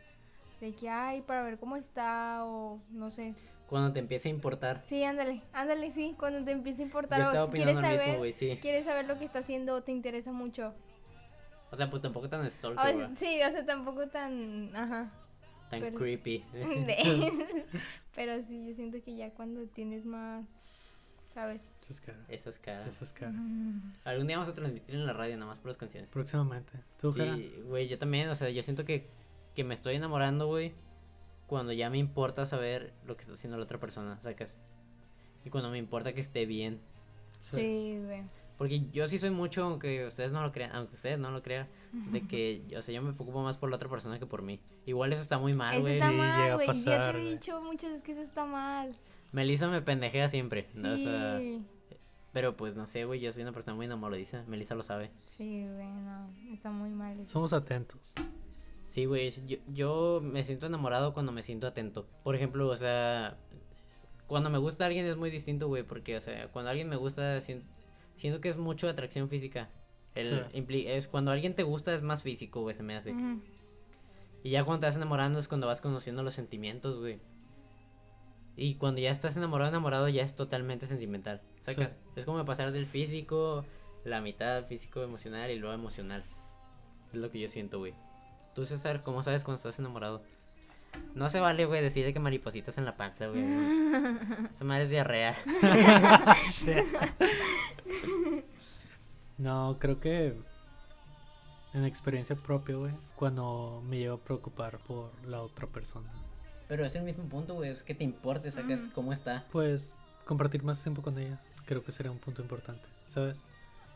De que ay, para ver cómo está o no sé.
Cuando te empieza a importar.
Sí, ándale, ándale, sí, cuando te empieza a
Yo
importar o
estaba
si quieres
opinando lo
saber
mismo, güey, sí.
quieres saber lo que está haciendo o te interesa mucho.
O sea, pues tampoco tan
O sea,
stalker, güey.
sí, o sea, tampoco tan. Ajá.
Tan
pero sí.
creepy.
[laughs]
[laughs]
de- [laughs] Pero sí, yo siento que ya cuando tienes más. ¿Sabes?
Esas caras.
Esas caras.
Esas caras.
Algún día vamos a transmitir en la radio nada más por las canciones.
Próximamente. ¿Tú, Jera?
Sí, güey, yo también, o sea, yo siento que, que me estoy enamorando, güey, cuando ya me importa saber lo que está haciendo la otra persona, sacas. Y cuando me importa que esté bien.
Sí, güey.
Porque yo sí soy mucho, aunque ustedes no lo crean, aunque ustedes no lo crean,
[laughs]
de que, o sea, yo me preocupo más por la otra persona que por mí. Igual eso está muy mal, Ah,
Eso
güey.
está
Sí, llega
mal,
a
güey. Ya
pasar,
te he
güey.
dicho muchas veces que eso está mal.
Melissa me pendejea siempre,
Sí,
¿no? O sea, pero pues no sé, güey, yo soy una persona muy enamoradiza, Melissa lo sabe.
sí, güey, no. Está muy mal. eso.
Somos atentos.
Sí, güey, es- yo, yo me siento enamorado cuando me siento atento. Por ejemplo, o sea, cuando me gusta alguien es muy distinto, güey, porque, o sea, cuando alguien me gusta, sien- siento que es mucho atracción física. El
Sí.
impli- es cuando alguien te gusta es más físico, güey, se me hace.
Ujú.
Y ya cuando te vas enamorando es cuando vas conociendo los sentimientos, güey. Y cuando ya estás enamorado, enamorado, ya es totalmente sentimental. ¿Sacas?
Sí.
Es como pasar del físico, la mitad físico emocional y luego emocional. Es lo que yo siento, güey. Tú, César, ¿cómo sabes cuando estás enamorado? No se vale, güey, decir de que maripositas en la panza, güey. Esa madre es diarrea.
[laughs] No, creo que en experiencia propia, güey, cuando me llevo a preocupar por la otra persona,
Pero es el mismo punto, güey. Es que te importe, sacas
Ujú.
cómo está.
pues compartir más tiempo con ella, creo que sería un punto importante, ¿sabes?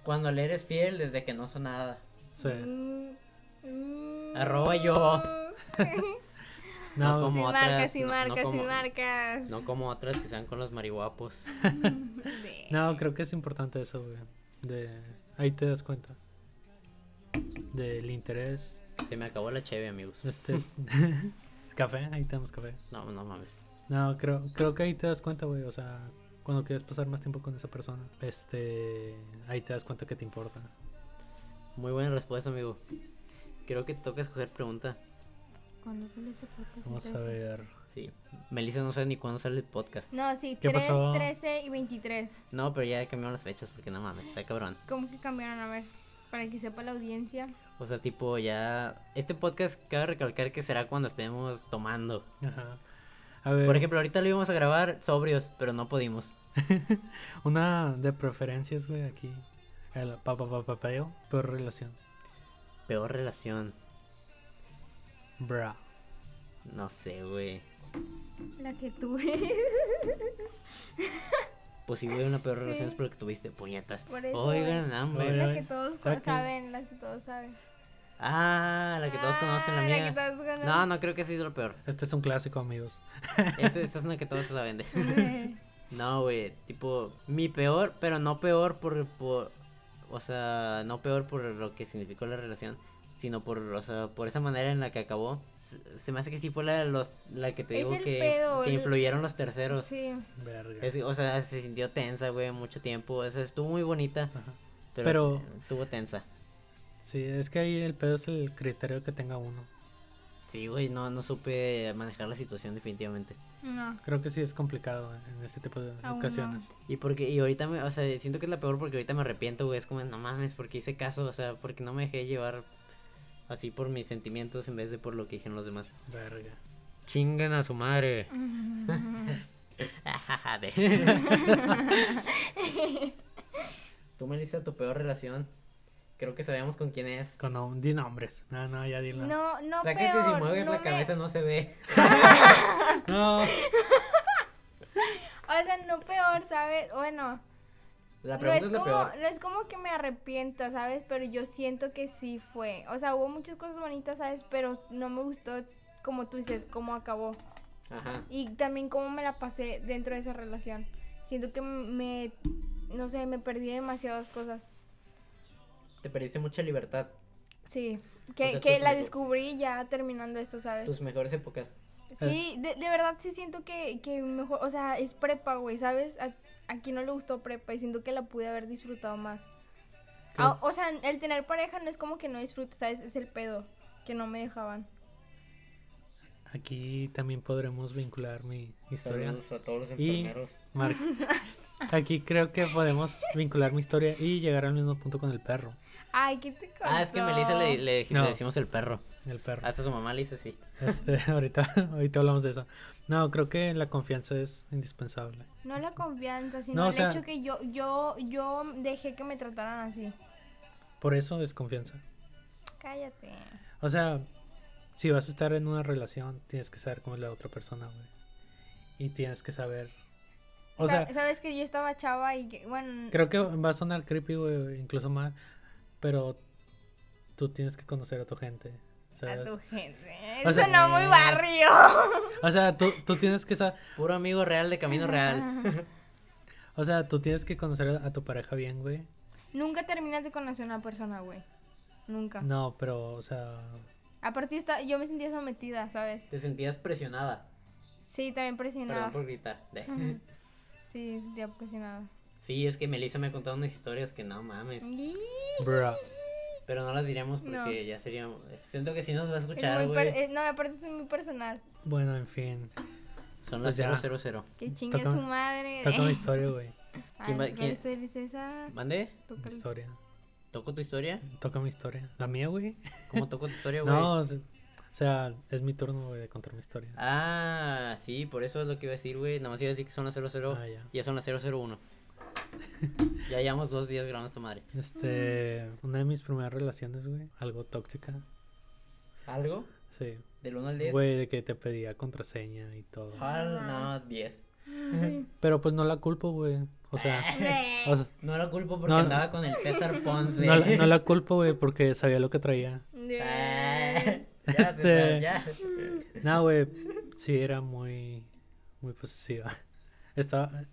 Cuando le eres fiel desde que no son nada.
Sí.
Mm, mm.
Arroba
[laughs]
yo.
No,
No,
Sin
Como
marcas,
otras,
sin
no- no
marcas, sin
como-
marcas.
No como otras que sean con los marihuapos.
De-
no, creo que es importante eso, güey. De ahí te das cuenta del interés,
Se me acabó la cheve, amigos.
Este, [laughs] café, ahí tenemos café.
No, no mames.
No, creo, creo que ahí te das cuenta, güey. O sea, cuando quieres pasar más tiempo con esa persona, este, ahí te das cuenta que te importa.
Muy buena respuesta, amigo. Creo que te toca escoger pregunta.
¿Cuándo sale este podcast?
Vamos a
Entonces-
ver.
Sí. Melissa no sabe ni cuándo sale el podcast.
No, sí,
¿Qué
3,
pasó?
13 y 23.
No, pero ya cambiaron las fechas porque no mames, está cabrón.
¿Cómo que cambiaron? A ver, para que sepa la audiencia.
O sea, tipo, ya. Este podcast cabe recalcar que será cuando estemos tomando.
Ajá. A ver,
Por ejemplo, ahorita lo íbamos a grabar sobrios, pero no pudimos.
una de preferencias, güey, aquí. El papapapapeo, peor relación.
Peor relación.
Bra.
No sé, güey.
La que tuve. [laughs]
Pues si hubiera una peor relación es porque tuviste puñetas.
Por eso,
Oigan,
Ay,
hambre.
la
ay,
que todos
saca.
saben, la que todos saben.
Ah, la que todos conocen, la
Ah,
mía.
que todos conocen. [laughs]
No, no creo que ha sido lo peor.
Este es un clásico, amigos.
Esta, esta es una que todos se la venden. No, güey. Tipo, mi peor, pero no peor por, por. O sea, no peor por lo que significó la relación, sino por, o sea, por esa manera en la que acabó. Se, se me hace que sí fue la, de los, la que te
Es
digo
el
que,
pedo,
que
el-
influyeron los terceros.
Sí.
Verga.
Es- o sea, se sintió tensa, güey, mucho tiempo. O sea, estuvo muy bonita,
Ajá.
pero,
Pero-
se- estuvo tensa.
Sí, es que ahí el pedo es el criterio que tenga uno.
Sí, güey, no, no supe manejar la situación definitivamente. [laughs]
No.
Creo que sí es complicado en ese tipo de
Aún no.
ocasiones.
Y porque, y ahorita me, o sea, siento que es la peor porque ahorita me arrepiento, güey. Es como, no mames, porque hice caso, o sea, porque no me dejé llevar así por mis sentimientos en vez de por lo que dijeron los demás.
Verga.
Chingan a su [laughs] madre. [laughs] Tú, Melissa, tu peor relación. Creo que sabemos con quién es.
Con nom- di nombres. No, no, ya di la-
No, no,
Sáquete
peor,
si mueves
no
la
me-
cabeza no se ve.
No.
O sea, no peor, ¿sabes? Bueno,
La
no
pregunta
es,
es la
como,
peor.
no es como que me arrepienta, ¿sabes? Pero yo siento que sí fue. O sea, hubo muchas cosas bonitas, ¿sabes? Pero no me gustó, como tú dices, cómo acabó.
Ajá.
Y también cómo me la pasé dentro de esa relación. Siento que me, no sé, me perdí demasiadas cosas.
Te perdiste mucha libertad.
Sí, que,
O sea,
que
tus
la
mejo-
descubrí ya terminando esto, ¿sabes?
Tus mejores épocas.
Sí,
eh.
de, de verdad sí siento que, que mejor, o sea, es prepa, güey, ¿sabes? A, aquí no le gustó prepa y siento que la pude haber disfrutado más. Ah, o sea, el tener pareja no es como que no disfrutes, ¿sabes? Es el pedo que no me dejaban.
Aquí también podremos vincular mi historia.
a todos los
Y- Mar- Aquí creo que podemos vincular mi historia y llegar al mismo punto con el perro.
Ay, ¿qué te contó?
Ah, es que Melissa le, le,
No.
le decimos el perro.
El perro.
Hasta su mamá le dice así.
Este, [laughs] ahorita, ahorita hablamos de eso. No, creo que la confianza es indispensable.
No la confianza, sino
No, o
el
sea-
hecho que yo, yo, yo dejé que me trataran así.
Por eso desconfianza.
Cállate.
O sea, si vas a estar en una relación, tienes que saber cómo es la otra persona, güey. Y tienes que saber. O
Sa-
sea,
sabes que yo estaba chava y que, bueno,
creo que va a sonar creepy, güey, incluso más. Pero tú tienes que conocer a tu gente.
a
¿sabes?
tu gente.
O sea-
Eso no muy barrio. [laughs]
O sea, tú, tú tienes que saber.
Puro amigo real de camino real.
O sea, tú tienes que conocer a a tu pareja bien, güey.
Nunca terminas de conocer a una persona, güey. Nunca.
No, pero, o sea.
Aparte yo, estaba- yo me sentía sometida, ¿sabes?
Te sentías presionada.
Sí, también presionada.
Perdón por gritar. De-
[laughs] Sí, me sentía presionada.
Sí, es que Melissa me ha contado unas historias que no mames.
Y-
Bro.
Pero no las diremos porque
No.
ya sería. Siento que sí nos va a
Es
escuchar,
muy per-
güey.
eh, no, aparte es muy personal.
Bueno, en fin.
Son
Pues
las
ya.
000.
Que chingue a
Toca-
su madre.
Toca
[laughs]
mi historia, güey.
¿Quién va-
Ay, pues,
quién-
¿cuál es esa?
¿Mande? [laughs]
Mi
Tócale.
historia.
¿Toco tu historia?
Toca mi historia. ¿La mía, güey?
¿Cómo toco tu [laughs] historia, güey?
No, o se- o sea, es mi turno, güey, de contar mi historia.
Ah, sí, por eso es lo que iba a decir, güey. Nada más iba a decir que son las 00.
Ah, ya.
ya son las [laughs] 001. ya llevamos dos días grabando esta madre.
Este, una de mis primeras relaciones, güey, algo tóxica.
¿Algo?
Sí.
¿Del 1 al 10?
Güey, de que te pedía contraseña y todo.
Al- no, 10.
Pero pues no la culpo, güey. O sea, [laughs] o sea,
No lo culpo porque
No.
andaba con el César Ponce.
no, la, no la culpo, güey, porque sabía lo que traía.
Ah, ya,
Este-
César, ya.
No, güey, sí era muy, muy posesiva. Estaba,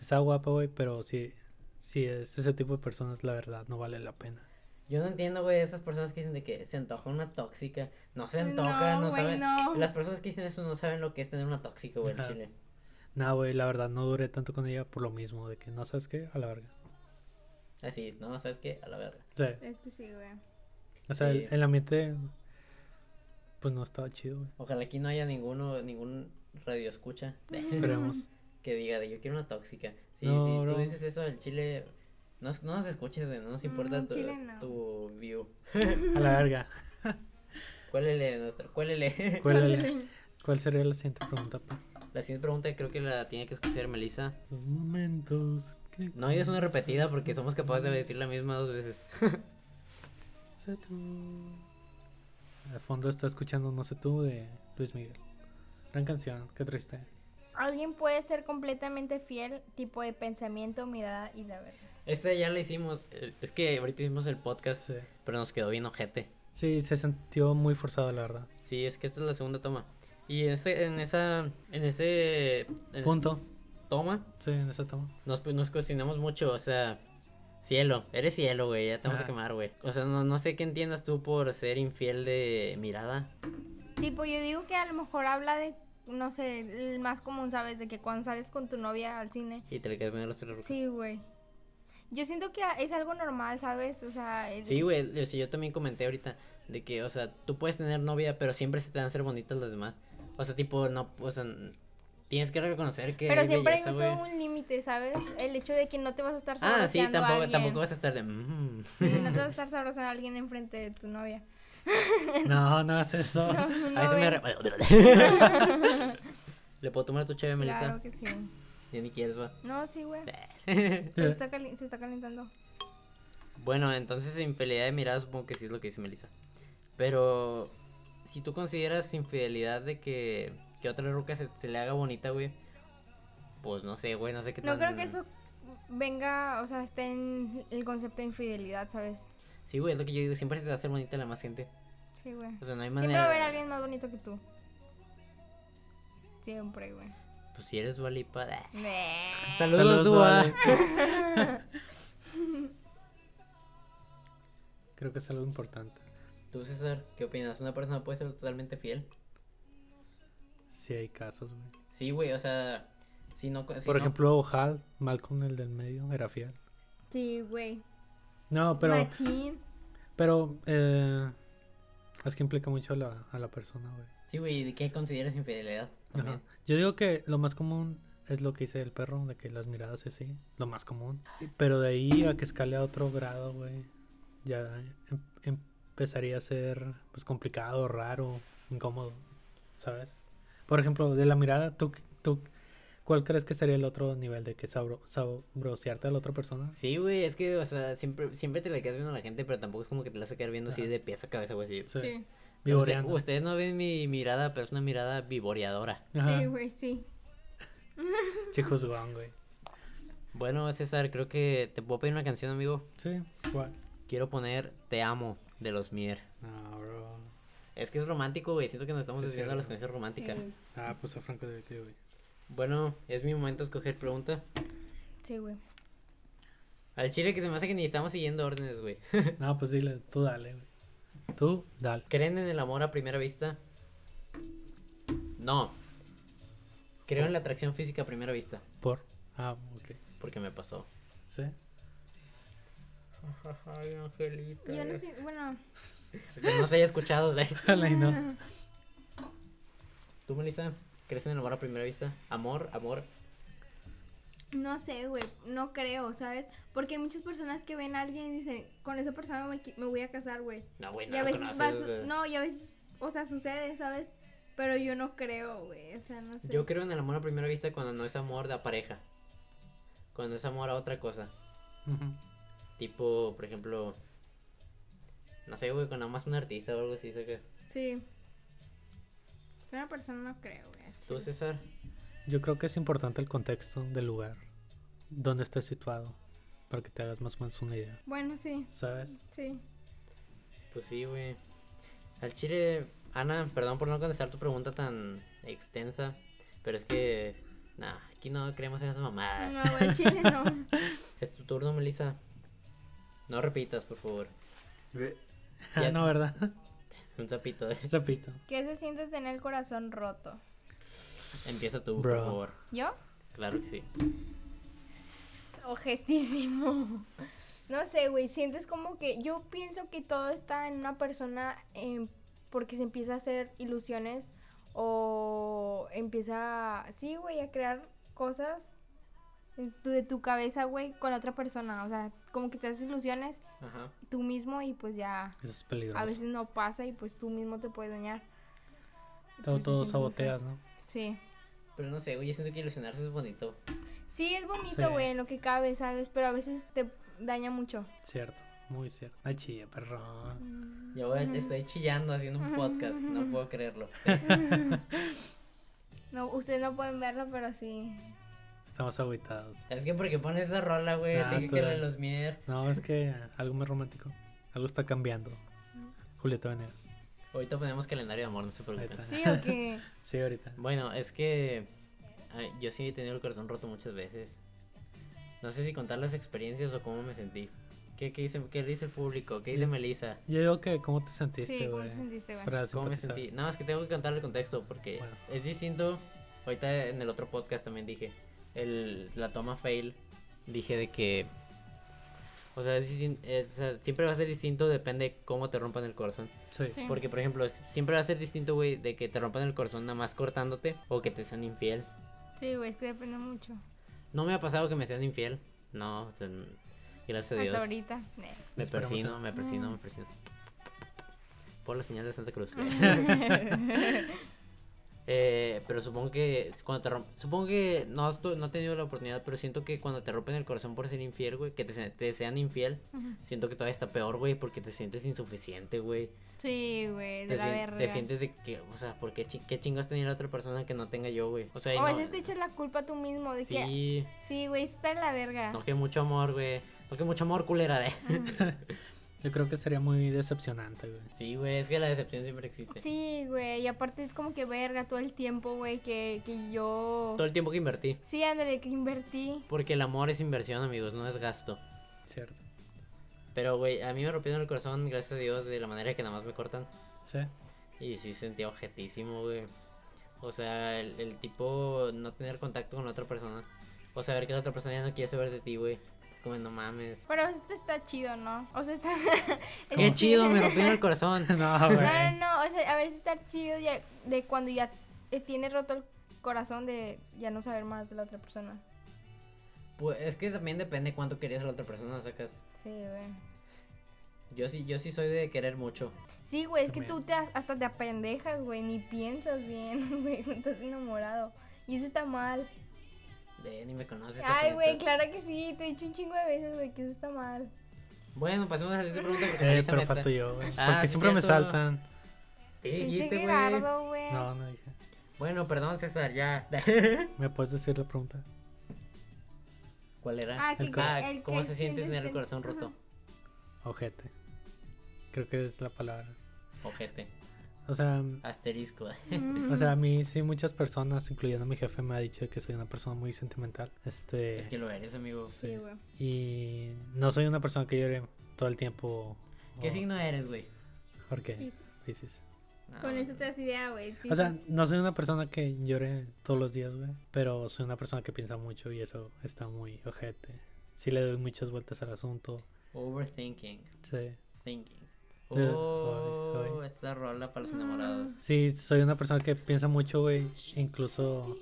estaba guapa, güey, pero sí, sí es ese tipo de personas, la verdad, no vale la pena.
Yo no entiendo, güey, esas personas que dicen de que se antoja una tóxica. No se
No,
antoja, no,
güey,
saben.
no.
Las personas que dicen eso no saben lo que es tener una tóxica, güey, en
Ajá.
Chile.
Nah, güey, la verdad no duré tanto con ella por lo mismo, de que no sabes qué, a la verga.
Así, ¿no? ¿Sabes qué? A la verga.
O sea,
[laughs] Es que sí, güey.
o sea, el-
Sí.
el, ambiente, pues no estaba chido, güey.
Ojalá aquí no haya ninguno, ningún radio escucha
Esperemos.
que diga de yo quiero una tóxica. Sí,
No,
si
bro.
tú dices eso al Chile, no, nos- no nos escuches, güey, no nos importa
Mm,
tu,
Chile no.
tu view.
A la
[laughs]
verga.
Cuélele, nuestro, cuélele. [laughs]
¿Cuál, era-
[laughs]
cuál sería la siguiente pregunta? pa?
La siguiente pregunta creo que la tiene que escoger Melissa.
Los momentos que
No, y es una repetida porque somos capaces de decir la misma dos veces.
sé tú. Al fondo está escuchando No sé tú de Luis Miguel. Gran canción, qué triste.
Alguien puede ser completamente fiel, tipo de pensamiento, mirada y la verdad.
Esta ya la hicimos. eh, Es que ahorita hicimos el podcast,
Sí.
pero nos quedó bien ojete.
Sí, se sintió muy forzado, la verdad.
Sí, es que esta es la segunda toma. Y en, ese, en esa. En ese. en esa
Punto.
toma,
Sí, en esa toma.
nos, pues, nos cuestionamos mucho, o sea. Cielo, eres cielo, güey, ya te vamos a
Ah.
quemar, güey. O sea, no, no sé qué entiendas tú por ser infiel de mirada.
Tipo, yo digo que a lo mejor habla de, no sé, el más común, ¿sabes? De que cuando sales con tu novia al cine.
Y te le quedas viendo los tres
Sí, güey. Yo siento que es algo normal, ¿sabes? O sea, es-
Sí, güey, o sea, yo también comenté ahorita de que, o sea, tú puedes tener novia, pero siempre se te van a hacer bonitas las demás. O sea, tipo, no, o sea, n- tienes que reconocer que
pero
hay
siempre hay
belleza,
todo
güey.
un límite, ¿sabes? El hecho de que no te vas a estar
Ah, sí,
sabroseando a
tampoco,
alguien.
tampoco vas a estar de... "Mm".
Sí, no te vas a estar sabrosando a alguien enfrente de tu novia.
No, no hagas eso.
[laughs] a veces me...
[laughs] novia. [laughs]
re- Le puedo tomar a tu cheve,
Claro
[laughs] Melissa.
que sí.
Ya ni quieres, va.
No, sí,
[laughs]
güey. Se
Sí.
está, cali- se está calentando.
Bueno, entonces infidelidad de mirada supongo que sí es lo que dice Melissa. Pero si tú consideras infidelidad de que, que otra ruca se, se le haga bonita, güey, pues no sé, güey, no sé qué tan-
No creo que eso venga, o sea, esté en el concepto de infidelidad, ¿sabes?
Sí, güey, es lo que yo digo, siempre se te va a hacer bonita la más gente.
Sí, güey.
O sea, no hay manera.
Siempre va a haber alguien más bonito que tú. Siempre, güey.
Pues si eres dualipa.
Saludos, Dua.
Dua.
[laughs] Creo que es algo importante.
Tú, César, ¿qué opinas? ¿Una persona puede ser totalmente fiel?
Sí hay casos, güey.
Sí, güey, o sea, si no. si
Por
no-
ejemplo, Ojal, Malcolm el del medio, era fiel.
Sí, güey.
No, pero,
Machín.
pero eh, es que implica mucho a la, a la persona, güey.
Sí, güey, ¿de ¿qué consideras infidelidad? También.
Ajá. Yo digo que lo más común es lo que dice el perro, de que las miradas es así, lo más común. Pero de ahí a que escale a otro grado, güey, ya em- empezaría a ser pues complicado, raro, incómodo, ¿sabes? Por ejemplo, de la mirada, ¿tú, tú cuál crees que sería el otro nivel de que sabro, sabrosearte a la otra persona?
Sí, güey, es que, o sea, siempre, siempre te la quedas viendo a la gente, pero tampoco es como que te la vas a quedar viendo así
Ajá.
de pies a cabeza, güey. así.
Sí.
Sí,
Usted-
Vivoreando.
ustedes no ven mi mirada, pero es una mirada vivoreadora.
Ajá.
sí, güey, sí.
Chicos, guau, güey.
Bueno, César, creo que te puedo pedir una canción, amigo.
Sí, guau.
Quiero poner Te amo de los Mier.
No, bro.
Es que es romántico, güey. Siento que nos estamos
Sí,
desviando a las
cierto.
canciones románticas.
Sí.
Ah, puso Franco de ti, güey.
Bueno, es mi momento de escoger pregunta.
Sí, güey.
Al chile que se me hace que ni estamos siguiendo órdenes, güey. [laughs]
No, pues dile, tú dale, güey. Tú dale.
¿Creen en el amor a primera vista? No. Creo en la atracción física a primera vista.
Por. Ah, ok.
Porque me pasó.
Sí. [laughs]
Ay, Angelita.
Yo no sé, bueno,
Que no se haya escuchado, güey.
Ojalá y
Ah.
no.
¿Tú, Melissa? ¿Crees en el amor a primera vista? Amor, amor.
no sé, güey, no creo, ¿sabes? Porque hay muchas personas que ven a alguien y dicen, con esa persona me, qui- me voy a casar, güey.
No, güey, no
y a
lo
veces
conoces,
va su-
güey.
no, y a veces, o sea, sucede, ¿sabes? Pero yo no creo, güey, o sea, no sé.
Yo creo en el amor a primera vista cuando no es amor de pareja. Cuando es amor a otra cosa.
Ujú.
Tipo, por ejemplo. No sé, güey, con nada más un artista o algo así, ¿sabes?
Sí. Pero una persona no creo, güey. al
¿Tú,
chile.
César?
Yo creo que es importante el contexto del lugar donde estés situado para que te hagas más o menos una idea,
Bueno, sí, [laughs]
¿sabes?
sí.
Pues sí, güey. Al chile, Ana, perdón por no contestar tu pregunta tan extensa, pero es que, nah, aquí no creemos en esas mamadas.
No, güey, al chile no.
Es tu turno, Melissa. No repitas, por favor. Ya-
Ah, no, ¿verdad? [laughs]
Un sapito. [laughs] eh.
Zapito.
¿Qué se siente tener el corazón roto?
Empieza tú, por
Bro.
favor.
¿Yo?
Claro que sí.
Objetísimo. No sé, güey, sientes como que yo pienso que todo está en una persona em, porque se empieza a hacer ilusiones o empieza, sí, güey, a crear cosas en tu- de tu cabeza, güey, con la otra persona. O sea, como que te haces ilusiones
Ajá.
tú mismo y pues ya
Eso es
a
peligroso.
veces no pasa y pues tú mismo te puedes dañar. Y,
Todo,
pues,
todo
se siente muy feo.
saboteas, ¿no?
Sí.
Pero no sé, güey, yo siento que ilusionarse es bonito.
Sí, es
Sí.
bonito, güey, en lo que cabe, ¿sabes? Pero a veces te daña mucho.
Cierto, muy cierto. Ay, chilla, perro.
Yo güey, estoy chillando haciendo un podcast, no puedo creerlo.
No, ustedes no pueden verlo, pero sí.
Estamos agüitados.
Es que porque pones esa rola, güey,
Ah,
te dije
tú
que era de
dale.
los mier.
No, es que eh, algo más romántico. Algo está cambiando. Julieta Venegas.
Ahorita ponemos calendario de amor, no se
Ahí
preocupen.
está.
¿Sí o
[laughs]
qué?
Sí, ahorita.
Bueno, es que ay, yo sí he tenido el corazón roto muchas veces. No sé si contar las experiencias o cómo me sentí. ¿Qué, qué, dice, qué dice el público? ¿Qué dice
Sí.
Melissa?
Yo digo que, ¿cómo te
Sí,
sentiste,
¿cómo
güey?
te sentiste, güey?
Para
¿Cómo me
simpatizar.
sentí? No, es que tengo que contar el contexto porque
Bueno.
es distinto. Ahorita en el otro podcast también dije, el, la toma fail, dije de que... O sea, es distin- es- o sea, siempre va a ser distinto, depende cómo te rompan el corazón.
Sí.
Sí.
Porque, por ejemplo, es- siempre va a ser distinto, güey, de que te rompan el corazón nada más cortándote o que te sean infiel.
Sí, güey, es que depende mucho.
No me ha pasado que me sean infiel. No, o sea, n- gracias a
Hasta
Dios. [laughs]
ahorita. eh.
Me
Esperemos
persino,
a-
me persino,
Mm.
me persino. Por la señal de Santa Cruz.
Mm.
[laughs] Eh, pero supongo que es cuando te romp- supongo que no, has tu- no he tenido la oportunidad, pero siento que cuando te rompen el corazón por ser infiel, güey, que te, se- te sean infiel,
Ujú.
siento que todavía está peor, güey, porque te sientes insuficiente, güey.
Sí, güey, de
Te,
la
sien-
verga.
te sientes de que, o sea, ¿por qué, chi- qué chingas tenía la otra persona que no tenga yo, güey? O sea, y
O a
no,
veces te echas la culpa tú mismo de que. Ah.
sí,
Sí, güey, está en la verga.
no que mucho amor, güey. No que mucho amor, culera, eh.
Yo creo que sería muy decepcionante, güey.
[laughs] Sí, güey, es que la decepción siempre existe.
Sí, güey, y aparte es como que verga todo el tiempo, güey, que, que yo.
Todo el tiempo que invertí.
Sí, ándale, que invertí.
Porque el amor es inversión, amigos, no es gasto.
Cierto.
Pero, güey, a mí me rompieron el corazón, gracias a Dios, de la manera que nada más me cortan. [laughs]
Sí.
Y sí sentía objetísimo, güey. O sea, el, el tipo no tener contacto con la otra persona. O saber que la otra persona ya no quiere saber de ti, güey. Es como, no mames.
Pero esto está chido, ¿no? O sea, está.
[laughs]
Este,
¡Qué chido!
[laughs]
Me rompieron el corazón.
No,
No, no,
güey.
no, o sea, a veces está chido ya, de cuando ya eh, tiene roto el corazón de ya no saber más de la otra persona.
Pues es que también depende cuánto querías a la otra persona, sacas.
Sí, güey.
Yo sí, yo sí soy de querer mucho.
Sí, güey, es que
También.
tú te, as- hasta te apendejas, güey, ni piensas bien, [laughs] güey, cuando estás enamorado. Y eso está mal.
De, ni me conoces. te
Ay, güey,
conectas.
claro que sí, te he dicho un chingo de veces, güey, que eso está mal.
Bueno, pasemos a la siguiente pregunta. porque
Eh,
Melissa
pero
me
falto
tra-
yo, güey.
Ah, sí,
Porque siempre me
cierto.
saltan.
Sí,
Pinche
dijiste, güey.
Gerardo, güey.
este
[laughs]
No, no dije.
Bueno, perdón, César, ya. [laughs]
¿Me puedes decir la pregunta?
¿Cuál era?
Ah, que-
Ah,
el
¿Cómo
que
se siente
sientes
tener el
ten-
corazón
Ajá.
roto?
Ojete. Creo que es la palabra.
Ojete.
O sea,
Asterisco.
Mm.
o sea, a mí sí muchas personas, incluyendo mi jefe, me ha dicho que soy una persona muy sentimental. Este
Es que lo eres, amigo.
Sí, güey.
y no soy una persona que llore todo el tiempo.
¿Qué
o-
signo eres, güey?
¿Por qué?
Piscis.
Piscis.
No,
Con eso te das idea, güey.
O sea,
Piscis.
no soy una persona que llore todos los días, güey, pero soy una persona que piensa mucho y eso está muy ojete. Sí le doy muchas vueltas al asunto.
Overthinking.
Sí.
Thinking.
Eh, ay,
Oh,
ay. Ah,
esa rola para los enamorados.
Sí, soy una persona que piensa mucho, güey. e Incluso,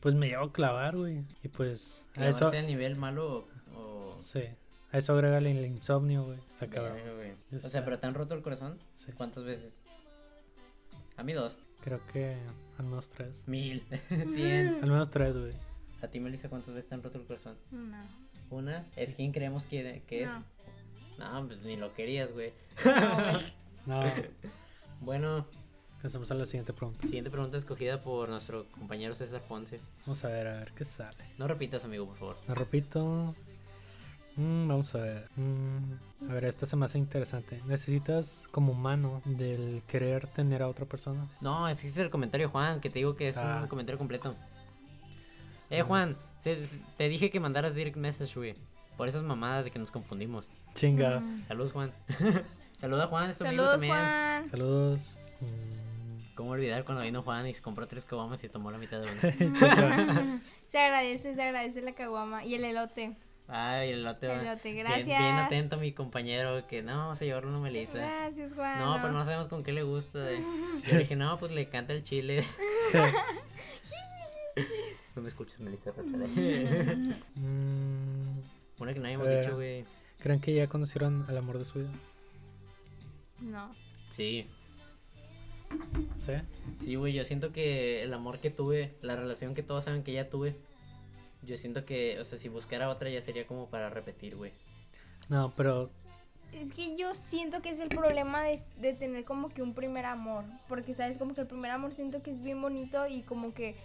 pues me llevo a clavar, güey. Y pues, a
¿Clavarse
eso,
al nivel malo o.? o-
sí. A eso agrégale el insomnio, güey. Está
Verga,
cabrón.
güey.
Ya
O sea,
está.
pero te han roto el corazón.
Sí.
¿Cuántas veces? A mí dos.
Creo que al menos tres.
Mil. [laughs] Cien.
Al menos tres, güey.
¿A ti, Melissa, cuántas veces te han roto el corazón?
[laughs]
No.
¿Una? ¿Es quien creemos que, que es?
No.
No, pues ni lo querías, güey.
No, güey.
[laughs]
No,
Bueno,
pasamos a la siguiente pregunta.
siguiente pregunta escogida por nuestro compañero César Ponce.
Vamos a ver, a ver qué sale.
No repitas, amigo, por favor.
La repito. Mm, vamos a ver. Mm, a ver, esta se me hace interesante. ¿Necesitas como humano del querer tener a otra persona?
No, es que ese es el comentario, Juan, que te digo que es
Ah.
un comentario completo. Eh,
Mm.
Juan, se- se- te dije que mandaras direct message, güey. Por esas mamadas de que nos confundimos.
Chinga.
Mm.
Saludos, Juan. [laughs] Saluda a Juan, es tu amigo
Saludos,
también. [laughs]
Juan.
Saludos.
¿Cómo olvidar cuando vino Juan y se compró tres caguamas y tomó la mitad de una?
[laughs] Se agradece, se agradece la caguama y el elote.
Ay, el lote.
El elote,
Bien, bien
gracias.
atento mi compañero que no, vamos a llevarlo una melisa.
Gracias, Juan.
No, pero no sabemos con qué le gusta.
[laughs]
Yo le dije, no, pues le canta el chile. no me escuches, Melissa.
[laughs]
ráchala.
Mm,
Una que no habíamos
A ver.
dicho, güey.
¿Creen que ya conocieron al amor de su vida?
No.
Sí,
Sí.
Sí, güey, yo siento que el amor que tuve, la relación que todos saben que ya tuve, yo siento que, o sea, si buscara otra ya sería como para repetir, güey.
No, pero
Es que yo siento que es el problema de, de tener como que un primer amor. Porque, ¿sabes? Como que el primer amor siento que es bien bonito y como que...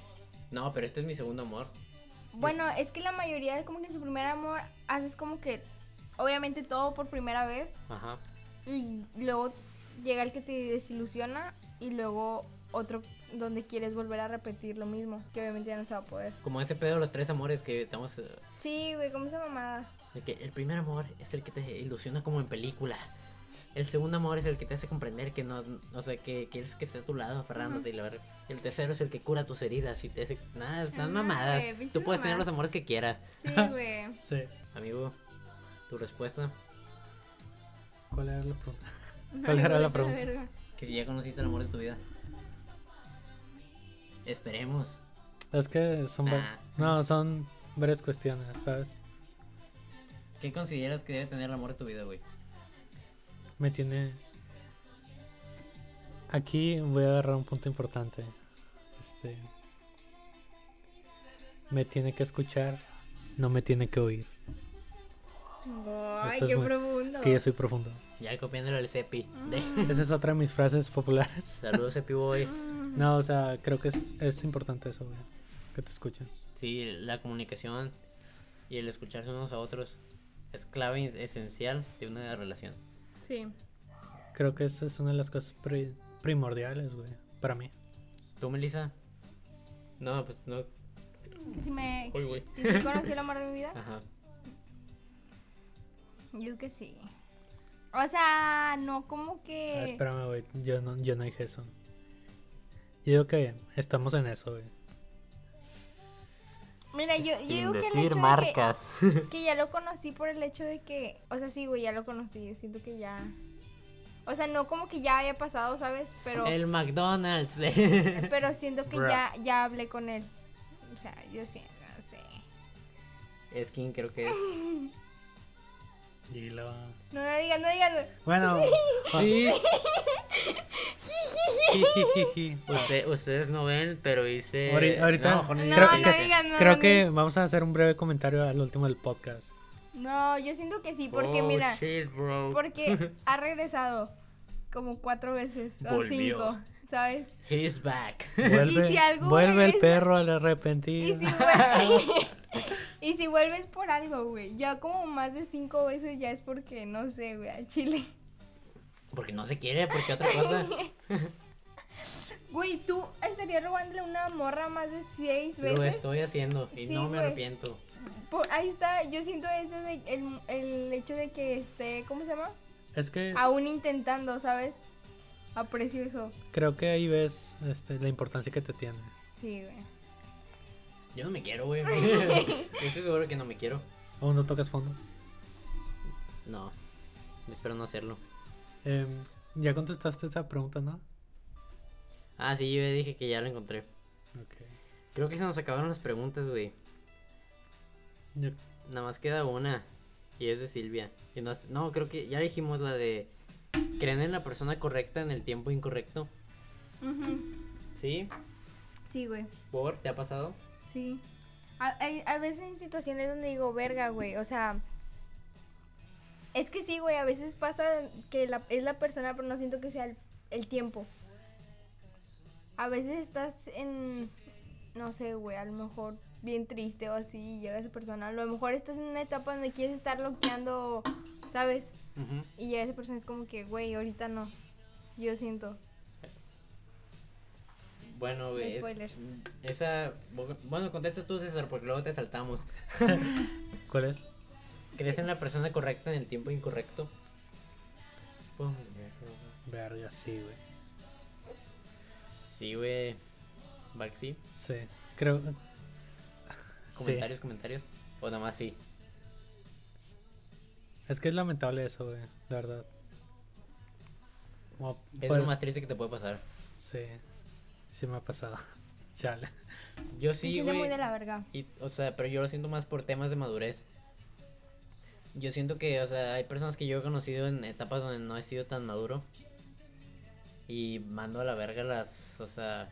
No, pero este es mi segundo amor.
Bueno,
Pues
es que la mayoría es como que en su primer amor haces como que... Obviamente todo por primera vez.
Ajá.
Y luego llega el que te desilusiona y luego otro donde quieres volver a repetir lo mismo. Que obviamente ya no se va a poder.
Como ese pedo de los tres amores que estamos... eh,
Sí, güey, como esa mamada.
de que el primer amor es el que te ilusiona como en película. El segundo amor es el que te hace comprender que no, o sea, que quieres que esté a tu lado aferrándote y la verga. El tercero es el que cura tus heridas y te hace... Nada, son
Ah,
mamadas.
güey, pinches
Tú puedes tener
mamadas.
los amores que quieras.
Sí, güey.
sí.
Amigo, tu respuesta.
¿Cuál era la pregunta? ¿Cuál era la pregunta?
verga.
Que si ya conociste el amor de tu vida. Esperemos.
Es que son var-
Nah.
no son varias cuestiones, ¿sabes?
¿Qué consideras que debe tener el amor de tu vida, güey?
Me tiene aquí voy a agarrar un punto importante. Este me tiene que escuchar, no me tiene que oír.
Ay,
Eso es
qué
muy-
profundo.
Es que yo soy profundo.
Ya copiándolo al Cepi. De-
Mm.
Esa es otra de mis frases
[laughs]
populares. [laughs]
Saludos, Cepi Boy.
No, o sea, creo que es, es importante eso, güey. Que te escuchen.
Sí, la comunicación y el escucharse unos a otros es clave y esencial de una relación.
Sí.
Creo que esa es una de las cosas pri- primordiales, güey, para mí.
¿Tú, Melissa? No, pues no.
Si me
Uy, güey.
si sí conocí el amor de mi vida,
Ah.
Ajá.
yo que sí. O sea, no como
Ah,
que.
espérame, güey. Yo no, yo no dije eso. Yo digo que estamos en eso, güey.
Mira, yo, yo digo que el hecho de que, que ya lo conocí por el hecho de que. O sea, sí, güey, ya lo conocí. Yo siento que ya. O sea, no como que ya haya pasado, ¿sabes? [laughs] Pero,
El McDonald's.
pero siento que
Bruh.
ya, ya hablé con él. O sea, yo siento, no sé.
Skin creo que es.
Y lo...
No, no digas, no digas.
Bueno,
Sí.
jijijiji.
Usted- ustedes no ven, pero hice.
Ahori- ahorita
No, mejor ni
creo,
digan.
Eh, no
que,
digas, no,
creo
no
que vamos a hacer un breve comentario al último del
[laughs]
podcast.
No, yo siento que sí, porque
Oh,
mira.
shit, bro.
Porque ha regresado como cuatro veces o
Volvió.
cinco, ¿sabes?
He's back. [laughs]
Vuelve,
si algo
vuelve el
regresa?
perro al
Y
arrepentido.
si, vuel- [laughs] y si vuelves por algo, güey, ya como más de cinco veces ya es porque, no sé, güey, a Chile.
Porque no se quiere, porque otra
[laughs]
cosa.
Güey, tú estarías robándole una morra más de seis
Lo
veces.
estoy haciendo y
Sí,
no me
güey.
arrepiento.
Por- ahí está, yo siento eso de el, el hecho de que esté, ¿cómo se llama?
Es que
Aún intentando, ¿sabes? Aprecio eso.
creo que ahí ves este, la importancia que te tiene.
Sí, güey.
Yo no me quiero,
[laughs]
güey. Yo estoy seguro que no me quiero.
Aún no tocas fondo.
No. Espero no hacerlo.
Em, ya contestaste esa pregunta, ¿no?
Ah, sí, yo ya dije que ya lo encontré.
Ok.
Creo que se nos acabaron las preguntas, güey.
Yo-
Nada más queda una. Y es de Silvia. Y no, sé- no, creo que ya dijimos la de. ¿Creen en la persona correcta en el tiempo incorrecto?
Ujú.
¿Sí?
Sí, güey.
¿Por? ¿Te ha pasado?
Sí. A- Hay, a veces en situaciones donde digo, verga, güey, o sea... Es que sí, güey, a veces pasa que la- es la persona, pero no siento que sea el, el tiempo. A veces estás en, no sé, güey, a lo mejor bien triste o así, y llega esa persona. A lo mejor estás en una etapa donde quieres estar loqueando, ¿sabes? Y ya esa persona es como que, güey, ahorita no. Yo siento.
Bueno, güey. es-
Spoilers.
esa. Bueno, contesta tú, César, porque luego te saltamos.
¿Cuál es?
¿Crees en la persona correcta en el tiempo incorrecto? Pum,
y así, güey.
Sí, güey. Baxi,
Sí, creo. Sí.
comentarios, comentarios. O nada más sí.
Es que es lamentable eso, güey, la verdad. Como,
Es
pues,
lo más triste que te puede pasar.
Sí, sí me ha pasado. [laughs] Chale.
Yo
Sí,
sí,
siente
güey.
muy de la verga.
Y, o sea, pero yo lo siento más por temas de madurez. Yo siento que, o sea, hay personas que yo he conocido en etapas donde no he sido tan maduro. Y mando a la verga las, o sea...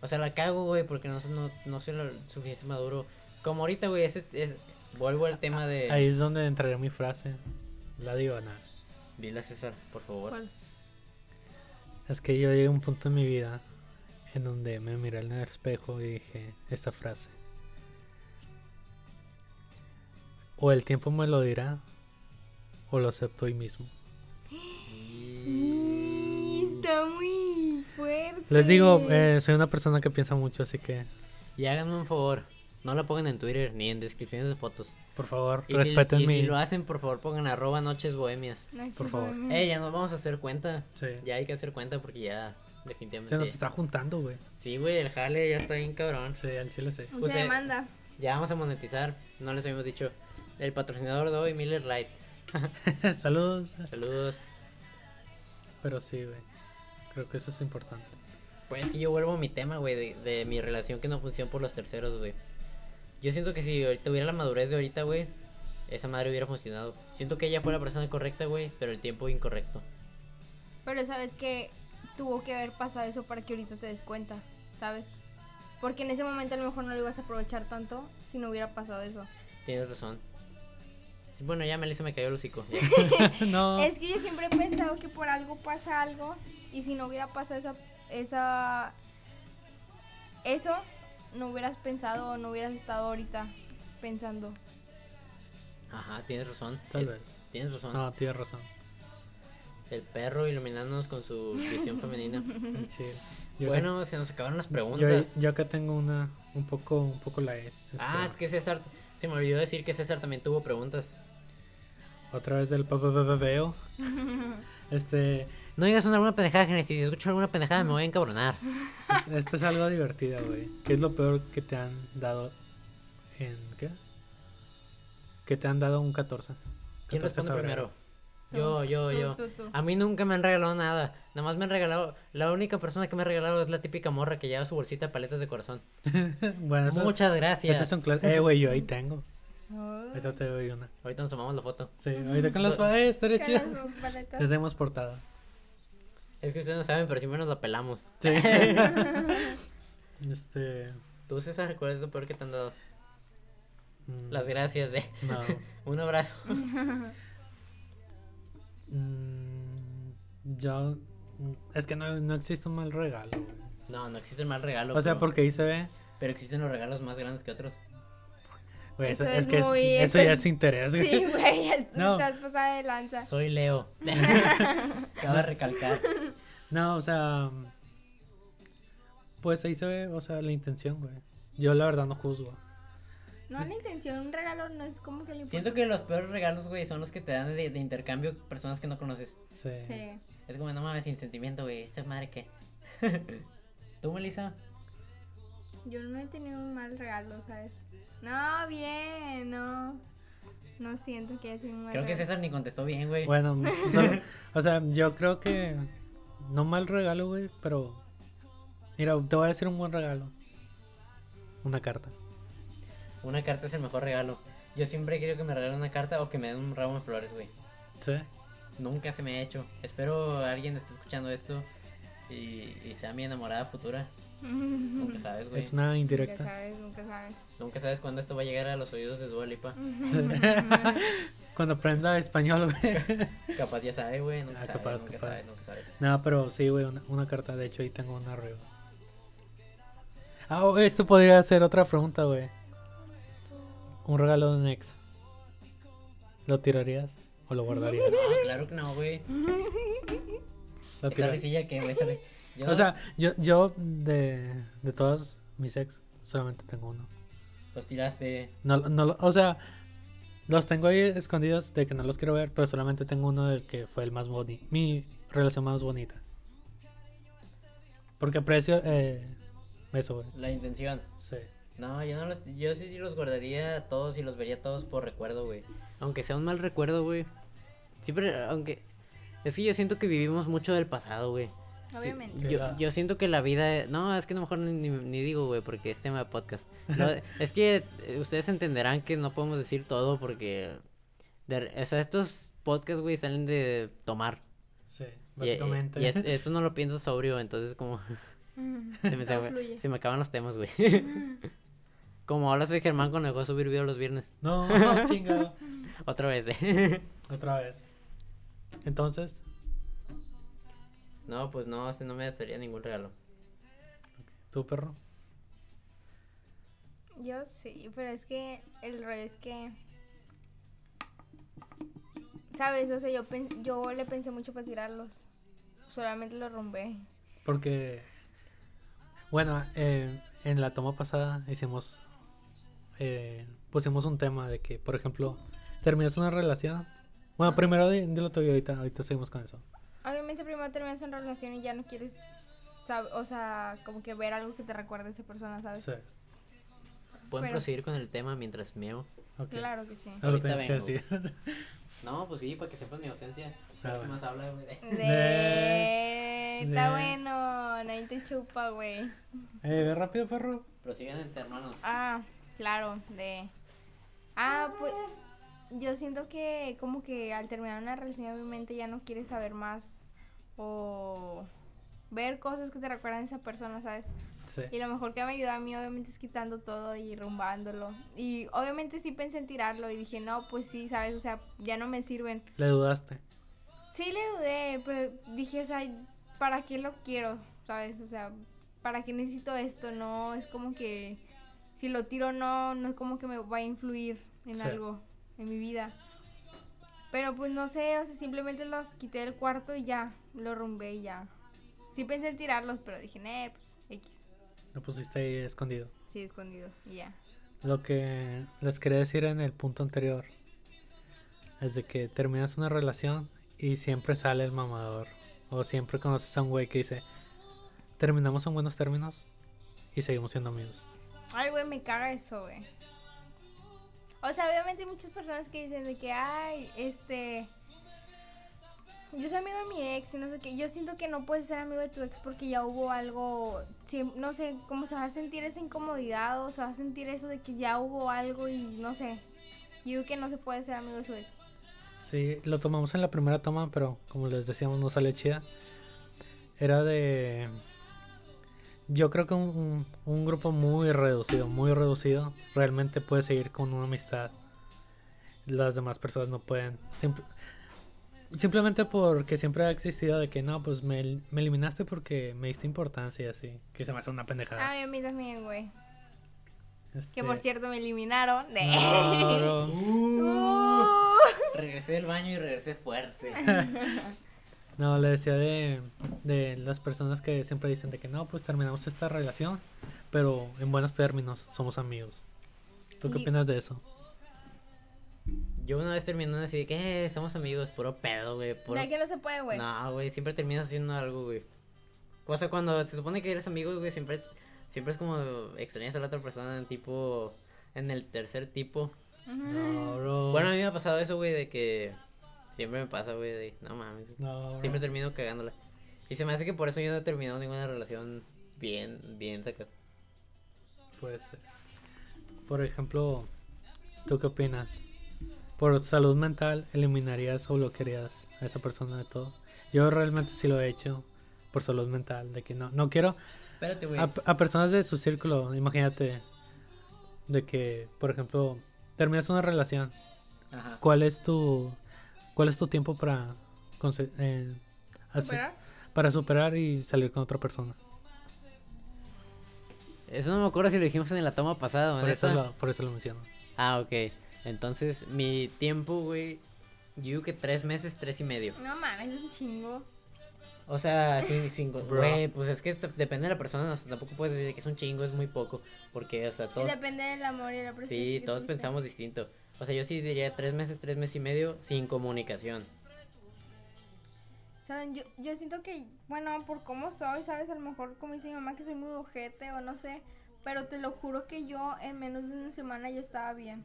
O sea, la cago, güey, porque no, so- no, no soy lo suficiente maduro. Como ahorita, güey, ese es... Vuelvo al tema de...
Ahí es donde entraría mi frase. La digo, nada.
Dile a César, por favor.
¿Cuál?
Es que yo llegué a un punto en mi vida en donde me miré en el espejo y dije esta frase. O el tiempo me lo dirá, o lo acepto hoy mismo.
Y está muy fuerte.
Les digo, eh, soy una persona que piensa mucho, así que
Y háganme un favor. No la pongan en Twitter ni en descripciones de fotos.
por favor,
Y, si-
respeten
y si,
mi.
lo hacen, por favor, pongan arroba noches bohemias.
No,
por
chico,
favor.
no.
Eh, ya nos vamos a hacer cuenta.
Sí.
Ya hay que hacer cuenta porque ya
Se nos
definitivamente.
está juntando, güey.
Sí, güey, el jale ya está bien cabrón.
Sí, al chile sí. [laughs]
Mucha
Pues, eh,
demanda.
Ya vamos a monetizar. No les habíamos dicho. El patrocinador de hoy, Miller Light.
Saludos.
Saludos.
Pero sí, güey. Creo que eso es importante. [laughs]
Pues es que yo vuelvo a mi tema, güey, de, de mi relación que no funciona por los terceros, güey. Yo siento que si ahorita hubiera la madurez de ahorita, güey, esa madre hubiera funcionado. Siento que ella fue la persona correcta, güey, pero el tiempo incorrecto.
Pero sabes que tuvo que haber pasado eso para que ahorita te des cuenta, ¿sabes? Porque en ese momento a lo mejor no lo ibas a aprovechar tanto si no hubiera pasado eso.
Tienes razón. Sí, bueno, ya Melissa me cayó el hocico. ya.
no.
Es que yo siempre he pensado que por algo pasa algo y si no hubiera pasado esa, esa eso no hubieras pensado o no hubieras estado ahorita pensando.
Ajá, tienes razón.
Tal
Es-
vez.
Tienes razón.
No, tienes razón.
El perro iluminándonos con
[laughs]
su visión femenina.
Al chile. Yo acá-
bueno, se nos acabaron las
yo,
preguntas.
yo acá tengo una un poco un poco este, la
ah, es que César, se me olvidó decir que César también tuvo preguntas.
otra vez del papapapapeo. Este,
No digas una alguna pendejada, Genesis. Si escucho alguna pendejada, me voy a encabronar.
esto es algo divertido, güey. ¿Qué es lo peor que te han dado en qué? Que te han dado un 14.
¿Quién
14
responde
de
primero?
febrero.
Yo, yo,
Tú,
yo.
tú, tú.
Ah,
A mí nunca me han regalado nada. Nada más me han regalado. La única persona que me ha regalado es la típica morra que lleva su bolsita de paletas de corazón.
[laughs] bueno, eso,
Muchas gracias.
eso es un clas- Eh, güey, yo ahí tengo.
Ay,
Ahorita te doy una.
Ahorita nos tomamos la foto.
Sí, ahorita con las eh, estaría
caras,
chido.
paletas.
Les hemos portada.
Es que ustedes no saben, pero siempre nos la pelamos.
[laughs] Sí. este,
¿Tú, César, recuerdas lo peor que te han dado?
mm,
Las gracias, eh.
No.
Un abrazo. [laughs]
Mm, yo. mm, Es que no, no existe un mal regalo, güey.
No, no existe el mal regalo.
O sea,
pero-
porque ahí se ve.
Pero existen los regalos más grandes que otros.
güey, eso,
Eso
es
es
que es-
muy-
eso
eso
ya
es-
es interés, güey.
[laughs] Sí, güey, es-
No.
estás pasada de lanza.
Soy Leo. Acaba de recalcar.
No, o sea. mm, Pues ahí se ve, o sea, la intención, güey. Yo la verdad no juzgo.
No, la intención, un regalo no es como que le
Siento que los peores regalos, güey, son los que te dan de, de intercambio personas que no conoces.
Sí.
Sí.
Es como, no mames, sin sentimiento, güey. Esta madre que. [laughs] ¿Tú, Melissa?
Yo no he tenido un mal regalo, ¿sabes? No, bien, no. No siento que haya tenido un mal
Creo que
regalo.
César ni contestó bien, güey.
Bueno, o sea, o sea, yo creo que. No mal regalo, güey, pero. Mira, te voy a decir un buen regalo. Una carta.
Una carta es el mejor regalo. Yo siempre quiero que me regalen una carta o que me den un ramo de flores, güey.
Sí.
Nunca se me ha hecho. Espero alguien esté escuchando esto y, y sea mi enamorada futura.
[laughs]
Nunca sabes, güey.
Mm. Es una
Nunca
indirecta.
sabes, nunca sabes.
Nunca sabes cuándo esto va a llegar a los oídos de Dua Lipa. [laughs]
Cuando aprenda español, güey. [laughs]
Capaz ya sabe, güey. Nunca,
Ah,
sabes,
capaz,
nunca
capaz.
sabes, nunca sabes.
No, pero sí, güey, una, una carta. De hecho, ahí tengo una arriba. Ah, o esto podría ser otra pregunta, güey. Un regalo de un ex. ¿Lo tirarías o lo guardarías?
No, Ah, claro que no, güey.
Lo
Esa
tirar-
risilla que, güey, esa ri- yo-
O sea, yo, yo de, de todos mis ex, solamente tengo uno.
los tiraste.
No, no, lo- o sea, los tengo ahí escondidos de que no los quiero ver, pero solamente tengo uno del que fue el más bonito. Mi relación más bonita. Porque aprecio eh, eso, güey.
La intención.
Sí.
No, yo no los, yo sí los guardaría a todos y los vería a todos por recuerdo, güey. Aunque sea un mal recuerdo, güey. Siempre, aunque... Es que yo siento que vivimos mucho del pasado, güey. Sí,
Obviamente.
Sí,
yo,
la-
yo siento que la vida. No, es que a lo mejor ni, ni- ni digo, güey, porque es tema de podcast. No, es que eh, ustedes entenderán que no podemos decir todo porque. de re- o sea, estos podcasts, güey, salen de tomar. Y-
Sí,
eh,
básicamente.
Y, es- esto no lo pienso sobrio, entonces, como. [laughs] Se me,
Todo
se-
fluye.
se me acaban los temas, güey. [laughs] como ahora soy Germán cuando dejó de subir video los viernes.
[laughs] No, chingado.
Otra vez, eh. [laughs]
Otra vez. Entonces,
no, pues no, ese no me daría ningún regalo.
tu perro.
[laughs] Yo sí, pero es que el rollo es que. ¿Sabes? O sea, yo, pen- yo le pensé mucho para tirarlos. Solamente los rumbé.
Porque, bueno, eh, en la toma pasada hicimos, eh, pusimos un tema de que, por ejemplo, terminas una relación. Bueno, primero di- dilo tuyo ahorita, ahorita seguimos con eso.
Obviamente, primero terminas una relación y ya no quieres. sab- O sea, como que ver algo que te recuerde a esa persona, ¿sabes?
Sí,
Pueden
Pero-
proseguir con el tema mientras meo.
ok. Ah,
Claro que sí.
No lo
Ahorita
tienes que
vengo.
decir.
No, pues sí, para que sepan mi ausencia.
Ah,
¿Qué
bueno.
más habla, güey?
De... Está
De-
bueno, nadie te chupa, güey.
eh, ve rápido, perro.
Prosigan entre hermanos.
Ah, claro, de... Ah, pues yo siento que como que al terminar una relación obviamente ya no quieres saber más o ver cosas que te recuerdan a esa persona, ¿sabes?
Sí.
Y lo mejor que me ayudó a mí obviamente es quitando todo y rumbándolo. Y obviamente sí pensé en tirarlo y dije, no, pues sí, ¿sabes? O sea, ya no me sirven.
Le dudaste.
Sí le dudé, pero dije, o sea, ¿para qué lo quiero? ¿Sabes? O sea, ¿para qué necesito esto? No, es como que si lo tiro no, no es como que me va a influir en
Sí.
algo, en mi vida. Pero pues no sé, o sea, simplemente los quité del cuarto y ya, lo rumbé y ya. Sí pensé en tirarlos, pero dije, eh, pues X,
Lo pusiste ahí escondido.
sí, escondido y ya.
Lo que les quería decir en el punto anterior es de que terminas una relación y siempre sale el mamador. O siempre conoces a un güey que dice, terminamos en buenos términos y seguimos siendo amigos.
Ay, güey, me caga eso, güey. O sea, obviamente hay muchas personas que dicen de que, ay, este... Yo soy amigo de mi ex y no sé qué. Yo siento que no puedes ser amigo de tu ex porque ya hubo algo... sí, no sé, cómo se va a sentir esa incomodidad o se va a sentir eso de que ya hubo algo y no sé. Yo digo que no se puede ser amigo de su ex.
Sí, lo tomamos en la primera toma, pero como les decíamos, no sale chida. Era de. Yo creo que un, un- un grupo muy reducido, muy reducido, realmente puede seguir con una amistad. Las demás personas no pueden. Simple- simplemente porque siempre ha existido de que no, pues me, el- me eliminaste porque me diste importancia y así. Que se me hace una pendejada.
Ay, a mí también, güey. Que
Este,
por cierto me eliminaron. De...
no,
[laughs]
[laughs] bro.
Uh.
Regresé del baño y regresé
[laughs]
fuerte.
No, le decía de, de las personas que siempre dicen de que no, pues terminamos esta relación, pero en buenos términos, somos amigos. ¿Tú qué
Y-
opinas de eso?
Yo una vez terminé así de que "Eh, somos amigos, puro pedo, güey. puro-
No, que no se puede, güey.
No, güey, siempre terminas haciendo algo, güey. O sea, cuando se supone que eres amigos, güey, siempre, siempre es como extrañas a la otra persona en tipo, en el tercer tipo.
Ujú.
No, bro.
Bueno, a mí me ha pasado eso, güey, de que siempre me pasa, güey, de no mames.
no, bro.
Siempre termino cagándola. Y se me hace que por eso yo no he terminado ninguna relación bien, bien sacas.
Puede ser. Por ejemplo, ¿tú qué opinas? Por salud mental, ¿eliminarías o bloquearías a esa persona de todo? Yo realmente sí lo he hecho por salud mental, de que no, no quiero
Espérate, güey.
Ah,
a, a personas de su círculo, imagínate, de que, por ejemplo, terminas una relación
Ajá.
¿Cuál es tu cuál es tu tiempo para conse- eh, hacer-
¿Superar?
para superar y salir con otra persona?
Eso no me acuerdo si lo dijimos en la toma pasada,
Por eso,
¿neta?
lo, por eso lo menciono.
Ah, ok. Entonces, mi tiempo, güey, yo digo que tres meses, tres y medio.
No mames, es un chingo.
O sea, sí, cinco.
Bro.
Güey, pues es que esto depende de la persona, o sea, tampoco puedes decir que es un chingo, es muy poco. Porque, o sea,
Y
todos.
depende del amor y la presencia.
Sí,
que
todos
tuviste.
pensamos distinto. O sea, yo sí diría tres meses, tres meses y medio sin comunicación.
¿Saben? Yo, yo siento que, bueno, por cómo soy, ¿sabes? A lo mejor como dice mi mamá que soy muy ojete o no sé. Pero te lo juro que yo en menos de una semana ya estaba bien.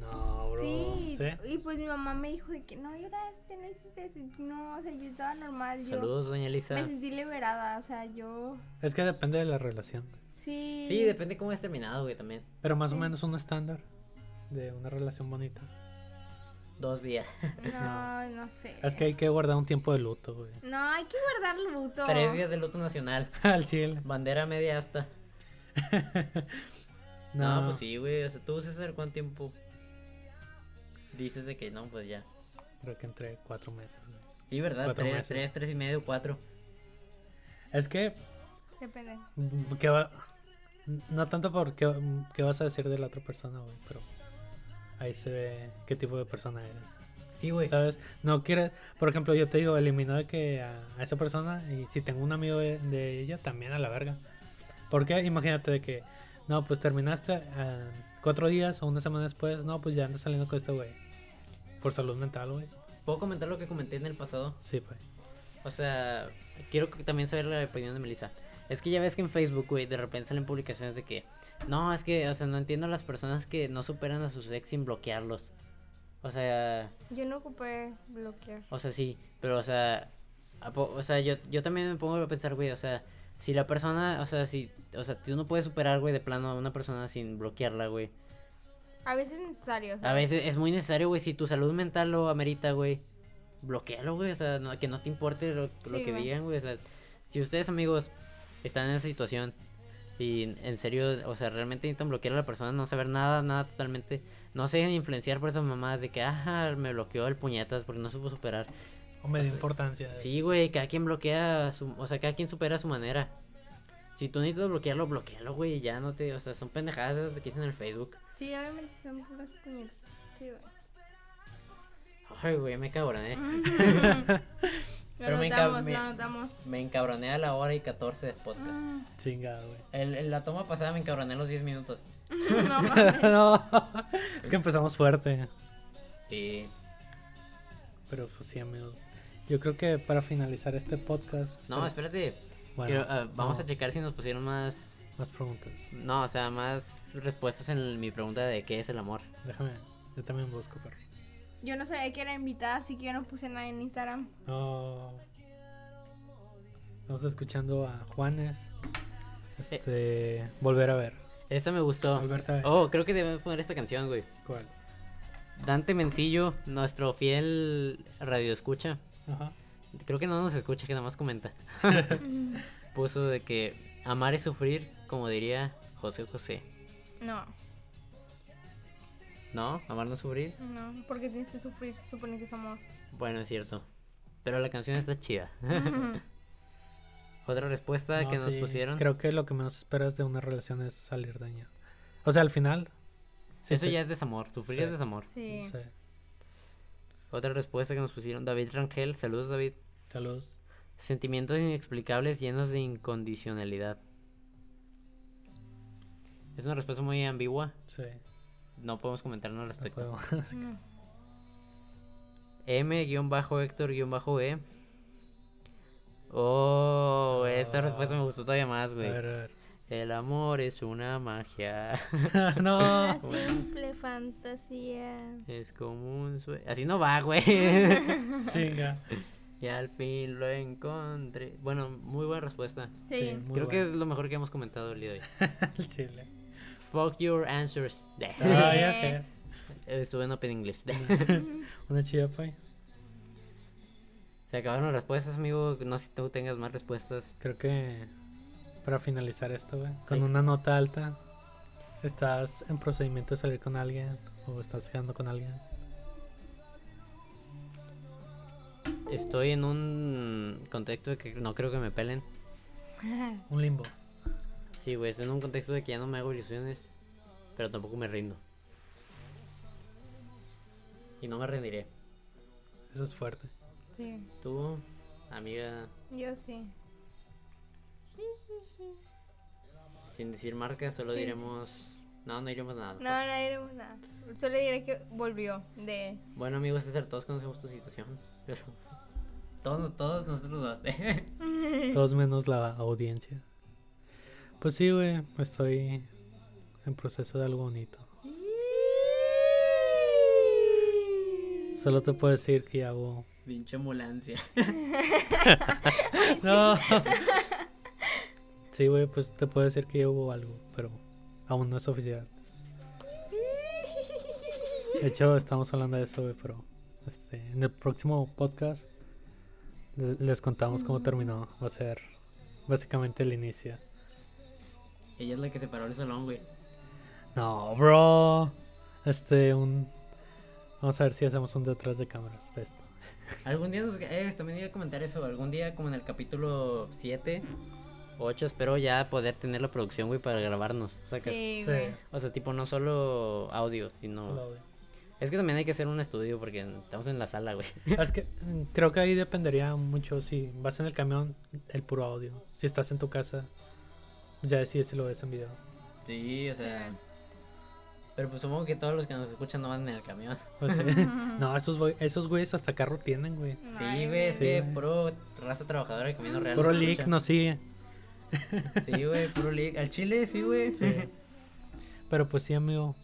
No, bro.
Sí,
¿Sí?
y pues mi mamá me dijo de que no lloraste, no hiciste eso. No, o sea, yo estaba normal. Yo
Saludos, doña Elisa.
me sentí liberada, o sea, yo.
Es que depende de la relación.
Sí.
Sí, depende cómo hayas terminado, güey, también.
Pero más o
Sí.
menos un estándar de una relación bonita.
Dos días.
[laughs] No, no sé.
Es que hay que guardar un tiempo de luto, güey. [laughs]
No, hay que guardar luto.
Tres días de luto nacional.
Al chile.
Bandera media hasta.
No,
No, pues sí, güey. O sea, tú, César, ¿cuánto tiempo dices de que no? Pues ya.
Creo que entre cuatro meses, güey.
Sí, ¿verdad?
Cuatro
Tres,
meses.
tres, tres y medio, cuatro.
Es que,
Depende.
mm, ¿qué va? mm, No tanto por qué, mm, qué vas a decir de la otra persona, güey, pero ahí se ve qué tipo de persona eres.
Sí, güey.
¿Sabes? No quieres, por ejemplo, yo te digo, elimino de que a, a esa persona y si tengo un amigo de, de ella, también a la verga. Porque imagínate de que, no, pues terminaste ah, cuatro días o una semana después, no, pues ya andas saliendo con este güey. Por salud mental, güey.
¿Puedo comentar lo que comenté en el pasado?
Sí, pues.
O sea, quiero que- también saber la opinión de Melissa. Es que ya ves que en Facebook, güey, de repente salen publicaciones de que... No, es que, o sea, no entiendo a las personas que no superan a sus ex sin bloquearlos. O sea,
Yo no ocupé bloquear.
O sea, sí, pero, o sea, a po- o sea yo, yo también me pongo a pensar, güey, o sea, si la persona, o sea, si, o sea, tú no puedes superar, güey, de plano a una persona sin bloquearla, güey.
A veces es necesario.
A veces es muy necesario, güey, si tu salud mental lo amerita, güey, bloquealo, güey, o sea, no- que no te importe lo, lo
Sí,
que
güey.
digan, güey, o sea, si ustedes, amigos, están en esa situación y en- en serio, o sea, realmente necesitan bloquear a la persona, no saber nada, nada totalmente, no se dejen influenciar por esas mamás de que, ah, me bloqueó el puñetas porque no supo superar.
O me
O
dio
sea,
importancia.
Sí, güey, cada quien bloquea a su, o sea, cada quien supera a su manera. Si tú necesitas bloquearlo, bloquealo, güey, ya no te, o sea, son pendejadas esas que dicen en el Facebook.
Sí, obviamente son puras puñetas.
[laughs]
Sí, güey.
Ay, güey, me cabroné. Pero
lo
me
notamos,
encab- me-
lo notamos.
[laughs] Me encabroné a la hora y 14 de podcast.
Mm,
Chingada, güey. [laughs]
El- en la toma pasada me encabroné los 10 minutos.
no mames.
no, es que empezamos fuerte.
Sí.
Pero pues sí, amigos. Yo creo que para finalizar este podcast.
No,
este-
espérate.
bueno,
Quiero, ah, vamos
no,
a checar si nos pusieron más,
Más preguntas.
no, o sea, más respuestas en el- mi pregunta de qué es el amor.
Déjame. Yo también busco, pero.
Yo no sabía que era invitada, así que yo no puse nada en Instagram.
[laughs]
No. Estamos escuchando a Juanes. Este. Volver a ver.
Esta me gustó.
Alberta,
Oh, creo que debemos poner esta canción, güey.
¿cuál?
Dante Mencillo, nuestro fiel radioescucha.
Ajá.
Creo que no nos escucha, que nada más comenta. Puso de que amar es sufrir, como diría José José.
No,
¿No? Amar no es sufrir.
no, porque tienes que sufrir, se supone que es
[laughs]
amor.
Bueno, es cierto. Pero la canción está chida. [laughs]
Ujú.
Otra respuesta
No,
que nos
sí,
pusieron.
Creo que lo que menos esperas de una relación es salir dañado. O sea, al final. sí
Eso
te-
ya es desamor. Sufrir
Sí.
es desamor.
Sí.
sí.
Otra respuesta que nos pusieron. David Rangel. Saludos, David.
Saludos.
Sentimientos inexplicables llenos de incondicionalidad. Es una respuesta muy ambigua.
Sí.
No podemos comentarnos al
no
respecto.
puedo.
No.
M-Héctor-E. Oh, esta
Ah.
respuesta me gustó todavía más, [laughs]
A
güey.
ver, a ver.
El amor es una magia. [laughs]
[laughs] no.
Una simple fantasía.
es como un sueño. Así no va,
[laughs]
güey.
Chinga.
y al fin lo encontré. Bueno, muy buena respuesta.
Sí.
Sí, muy
Creo que es
bueno.
lo mejor que hemos comentado el día de hoy. [laughs]
Al chile.
Fuck your answers. [laughs]
Ah, ya sé.
Estuve en Open English. [laughs]
Una chida, pues.
Se acabaron las respuestas, amigo. No sé si tú tengas más respuestas.
Creo que para finalizar esto, güey, con
Sí.
una nota alta, ¿estás en procedimiento de salir con alguien o estás quedando con alguien?
Estoy en un contexto de que no creo que me pelen.
Un limbo.
Sí, güey, estoy en un contexto de que ya no me hago ilusiones, pero tampoco me rindo. Y no me rendiré.
Eso es fuerte.
[laughs] sí,
Tú, amiga,
yo sí. [laughs]
sin decir marca, solo
Sí, sí.
diremos... No, no diremos nada.
No, no diremos nada. Solo diré que volvió de...
Bueno, amigos, César, todos conocemos tu situación, pero... Todos, todos nosotros dos. [laughs]
Todos menos la audiencia. Pues sí, güey, estoy en proceso de algo bonito. Solo te puedo decir que hago.
Pinche ambulancia.
[laughs] No. Sí, güey, pues te puedo decir que ya hubo algo, pero aún no es oficial. De hecho, estamos hablando de eso, güey, pero este, en el próximo podcast le- les contamos cómo terminó. Va a ser básicamente el inicio.
Ella es la que se paró el salón, güey.
No, bro. Este, un. Vamos a ver si hacemos un detrás de cámaras de esto.
Algún día nos... eh, también iba a comentar eso. Algún día, como en el capítulo 7, 8, espero ya poder tener la producción, güey, para grabarnos. O sea, que-
Sí, güey.
o sea, tipo, no solo audio, sino...
Solo, güey.
Es que también hay que hacer un estudio porque estamos en la sala, güey.
Es que mm, creo que ahí dependería mucho si vas en el camión, el puro audio. Si estás en tu casa, ya decides si lo ves en video.
Sí, o sea... Pero pues supongo que todos los que nos escuchan no van en el camión.
O sea, [laughs] no, esos, güey- esos güeyes hasta carro tienen, güey.
Sí, güey, es
Sí,
que
güey.
puro raza trabajadora de camino real.
Puro
nos
leak
escucha.
no sigue.
Sí, güey, puro leak. Al chile, sí, güey.
Sí. Pero pues sí, amigo.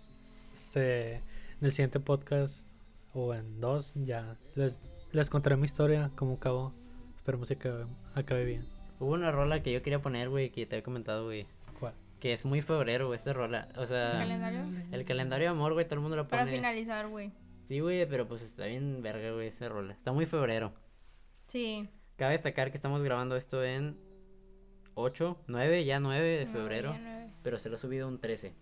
Este, en el siguiente podcast o en dos, ya les, les contaré mi historia, cómo acabó. Esperemos que acabe, acabe bien.
Hubo una rola que yo quería poner, güey, que te había comentado, güey.
¿Cuál?
Que es muy febrero, güey, esta rola. O sea,
¿Calendario?
el calendario de amor, güey, todo el mundo lo
Para
pone.
finalizar, güey.
Sí, güey, pero pues está bien verga, güey, esa rola. Está muy febrero.
Sí.
Cabe destacar que estamos grabando esto en 8, 9, ya 9 de
No,
febrero.
ya no-
Pero se lo he subido un 13.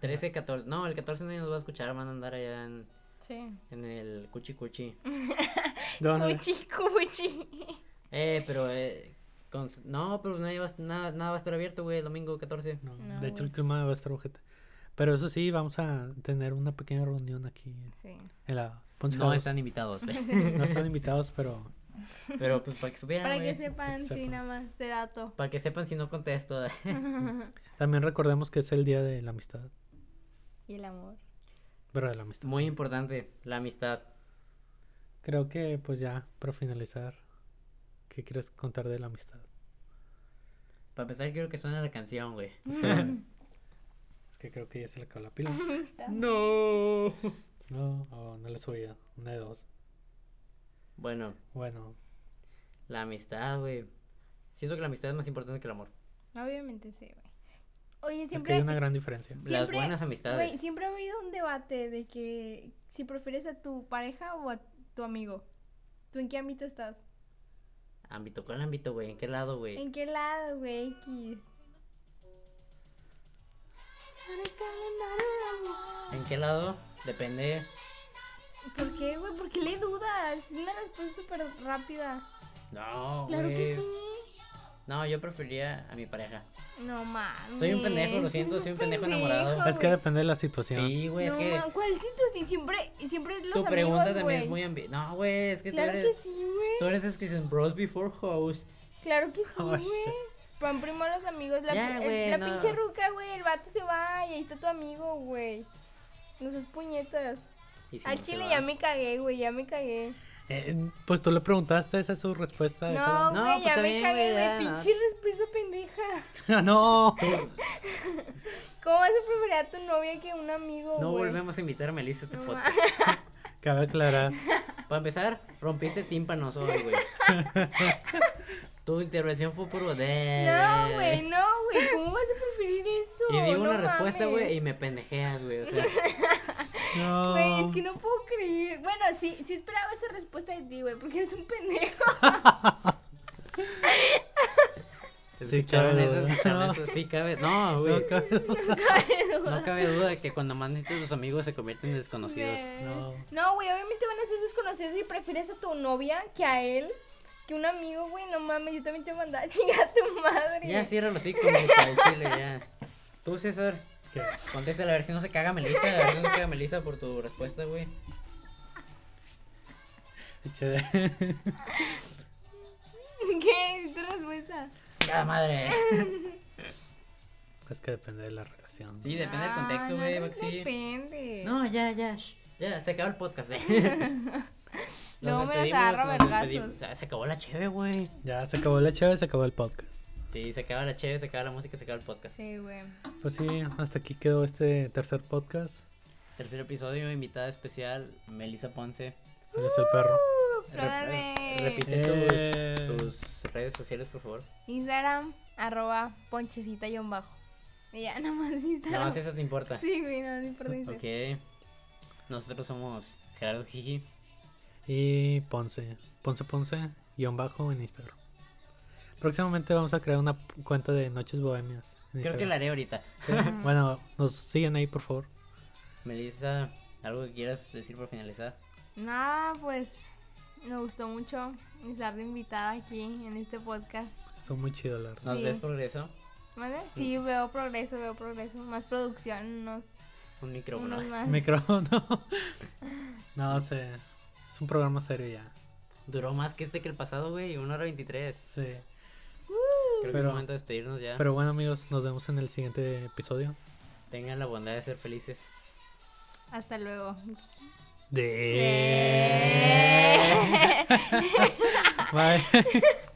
13, 14. No, el 14 nadie nos va a escuchar, van a andar allá en,
Sí.
en el cuchi cuchi.
[laughs]
¿Dónde?
Cuchi, cuchi.
Eh, pero eh, con- no, pero nadie va a- nada, nada va a estar abierto, güey, el domingo 14.
No,
No,
de hecho,
güey.
el clima va a estar ojete. Pero eso sí, vamos a tener una pequeña reunión aquí
Sí.
en la Ponce
No
House.
están invitados, eh.
[laughs]
no están invitados, pero
Pero pues para que supieran,
Para que
güey.
sepan, sí,
sepan.
nada más, de
[laughs]
dato.
Para que sepan si no contesto. eh.
también recordemos que es el día de la amistad.
Y el amor.
Pero de la amistad.
Muy importante, la amistad.
Creo que, pues ya, para finalizar, ¿qué quieres contar de la amistad?
Para empezar, quiero que suene la canción, güey.
Es que creo que ya se le acabó la pila.
No.
No, oh, no le subía. Una de dos.
Bueno,
Bueno,
la amistad, güey. Siento que la amistad es más importante que el amor.
[laughs] Obviamente sí, güey. Oye,
es que hay
siempre,
una gran diferencia.
Las
Siempre-
buenas amistades.
güey, siempre ha habido un debate de que si prefieres a tu pareja o a tu amigo. ¿Tú en qué ámbito estás?
Ámbito, ¿cuál ámbito, güey? ¿En qué lado, güey?
¿En qué lado, güey? X.
¿En qué lado? Depende.
¿Por qué, güey? ¿Por qué le dudas? Es una respuesta súper rápida.
No, güey.
Claro que sí.
No, yo prefería a mi pareja.
No mames.
Soy un pendejo, lo siento,
eres
soy un pendejo enamorado.
pendejo,
Es que
güey.
depende de la situación.
Sí, güey,
no,
es que
ma- ¿Cuál situación? Siempre, siempre los
tu
amigos,
pregunta también es
güey.
muy ambi... No, güey, es que
Claro
tú
que
eres...
sí, güey.
Tú eres esos que dicen bros before hoes.
Claro que sí,
Oh,
güey.
shit.
Van primero los amigos. La,
Ya,
el-
güey,
la
no.
pinche ruca, güey. El vato se va y ahí está tu amigo, güey. No seas puñetas.
Y si
Al
no se
chile
va.
ya me cagué, güey. Ya me cagué.
Eh, pues tú le preguntaste, esa es su respuesta.
No,
No,
güey,
pues
ya
está
me
bien, güey,
cagué, güey.
ya, no.
Pinche respuesta pendeja.
déjala. [laughs] no.
¿Cómo vas a preferir a tu novia que a un amigo, güey?
No volvemos a invitar a Melissa a este
No
podcast.
[laughs]
Cabe aclarar.
Para empezar, rompiste tímpanos hoy,
[laughs]
güey. tu intervención fue puro de.
No, güey, no, güey. ¿Cómo vas a preferir eso?
Y digo
No
una respuesta,
mames.
güey, y me pendejeas, güey. O sea,
No.
Güey, es que no puedo creer. Bueno, sí, sí esperaba esa respuesta de ti, güey, porque eres
[laughs]
un pendejo.
Sí,
escucharon
cabe
eso,
duda.
escucharon
No.
eso. Sí, cabe. No, güey.
No, cabe-
No cabe duda que cuando mandaste a tus amigos se convierten en desconocidos.
Güey.
no.
No, güey, obviamente van a ser desconocidos y prefieres a tu novia que a él, que un amigo, güey. No mames, yo también te mandaba a chingar a tu madre.
Ya cierra los hijos, al chile, ya. Tú, César,
¿Qué?
contéstale a ver si no se caga Melissa. A ver si no se caga Melissa por tu respuesta, güey.
Che.
[laughs] ¿Qué? ¿Es tu respuesta?
¡Cada madre!
[laughs] Es que depende de la relación.
Sí, depende del contexto, güey. va que sí.
Depende.
[laughs] No, ya, ya. shh, Ya, se acabó el podcast, güey.
Luego me las
despedimos,
agarro a
nos despedimos.
vergazos.
O sea, se acabó la cheve, güey.
Ya, se acabó la chave, se acabó el podcast.
Sí, se acaba la cheve, se acaba la música, se acaba el podcast.
Sí, güey.
Pues sí, hasta aquí quedó este tercer podcast.
Tercer episodio, invitada especial, Melissa Ponce.
Él es el perro.
Re-
Flórame.
Repite
Eh.
tus, tus redes sociales, por favor.
Instagram, arroba ponchecita y un bajo. Y ya, [laughs] nada más Instagram.
Nada más eso te importa.
Sí, güey, nada más importa Instagram.
Ok. Nosotros somos Gerardo Jiji.
Y Ponce. Ponce Ponce, guión bajo en Instagram. Próximamente vamos a crear una p- cuenta de Noches Bohemias. en
Creo que la
Instagram.
haré ahorita.
Bueno, nos siguen ahí, por favor.
Melissa, ¿algo que quieras decir para finalizar?
Nada, pues me gustó mucho estar de invitada aquí en este podcast.
Estuvo muy chido, la verdad.
¿Nos
Sí.
ves progreso?
¿Vale? Sí,
Mm.
veo progreso, veo progreso. Más producción, unos,
Un micrófono.
unos más.
Micrófono. [laughs] no sé. Es un programa serio ya.
Duró más que este que el pasado, güey. 1 hora 23.
Sí.
Creo que es
Pero-
momento de despedirnos ya.
Pero bueno, amigos, nos vemos en el siguiente episodio.
Tengan la bondad de ser felices.
Hasta luego.
Eh.
Eh.
De. Bye.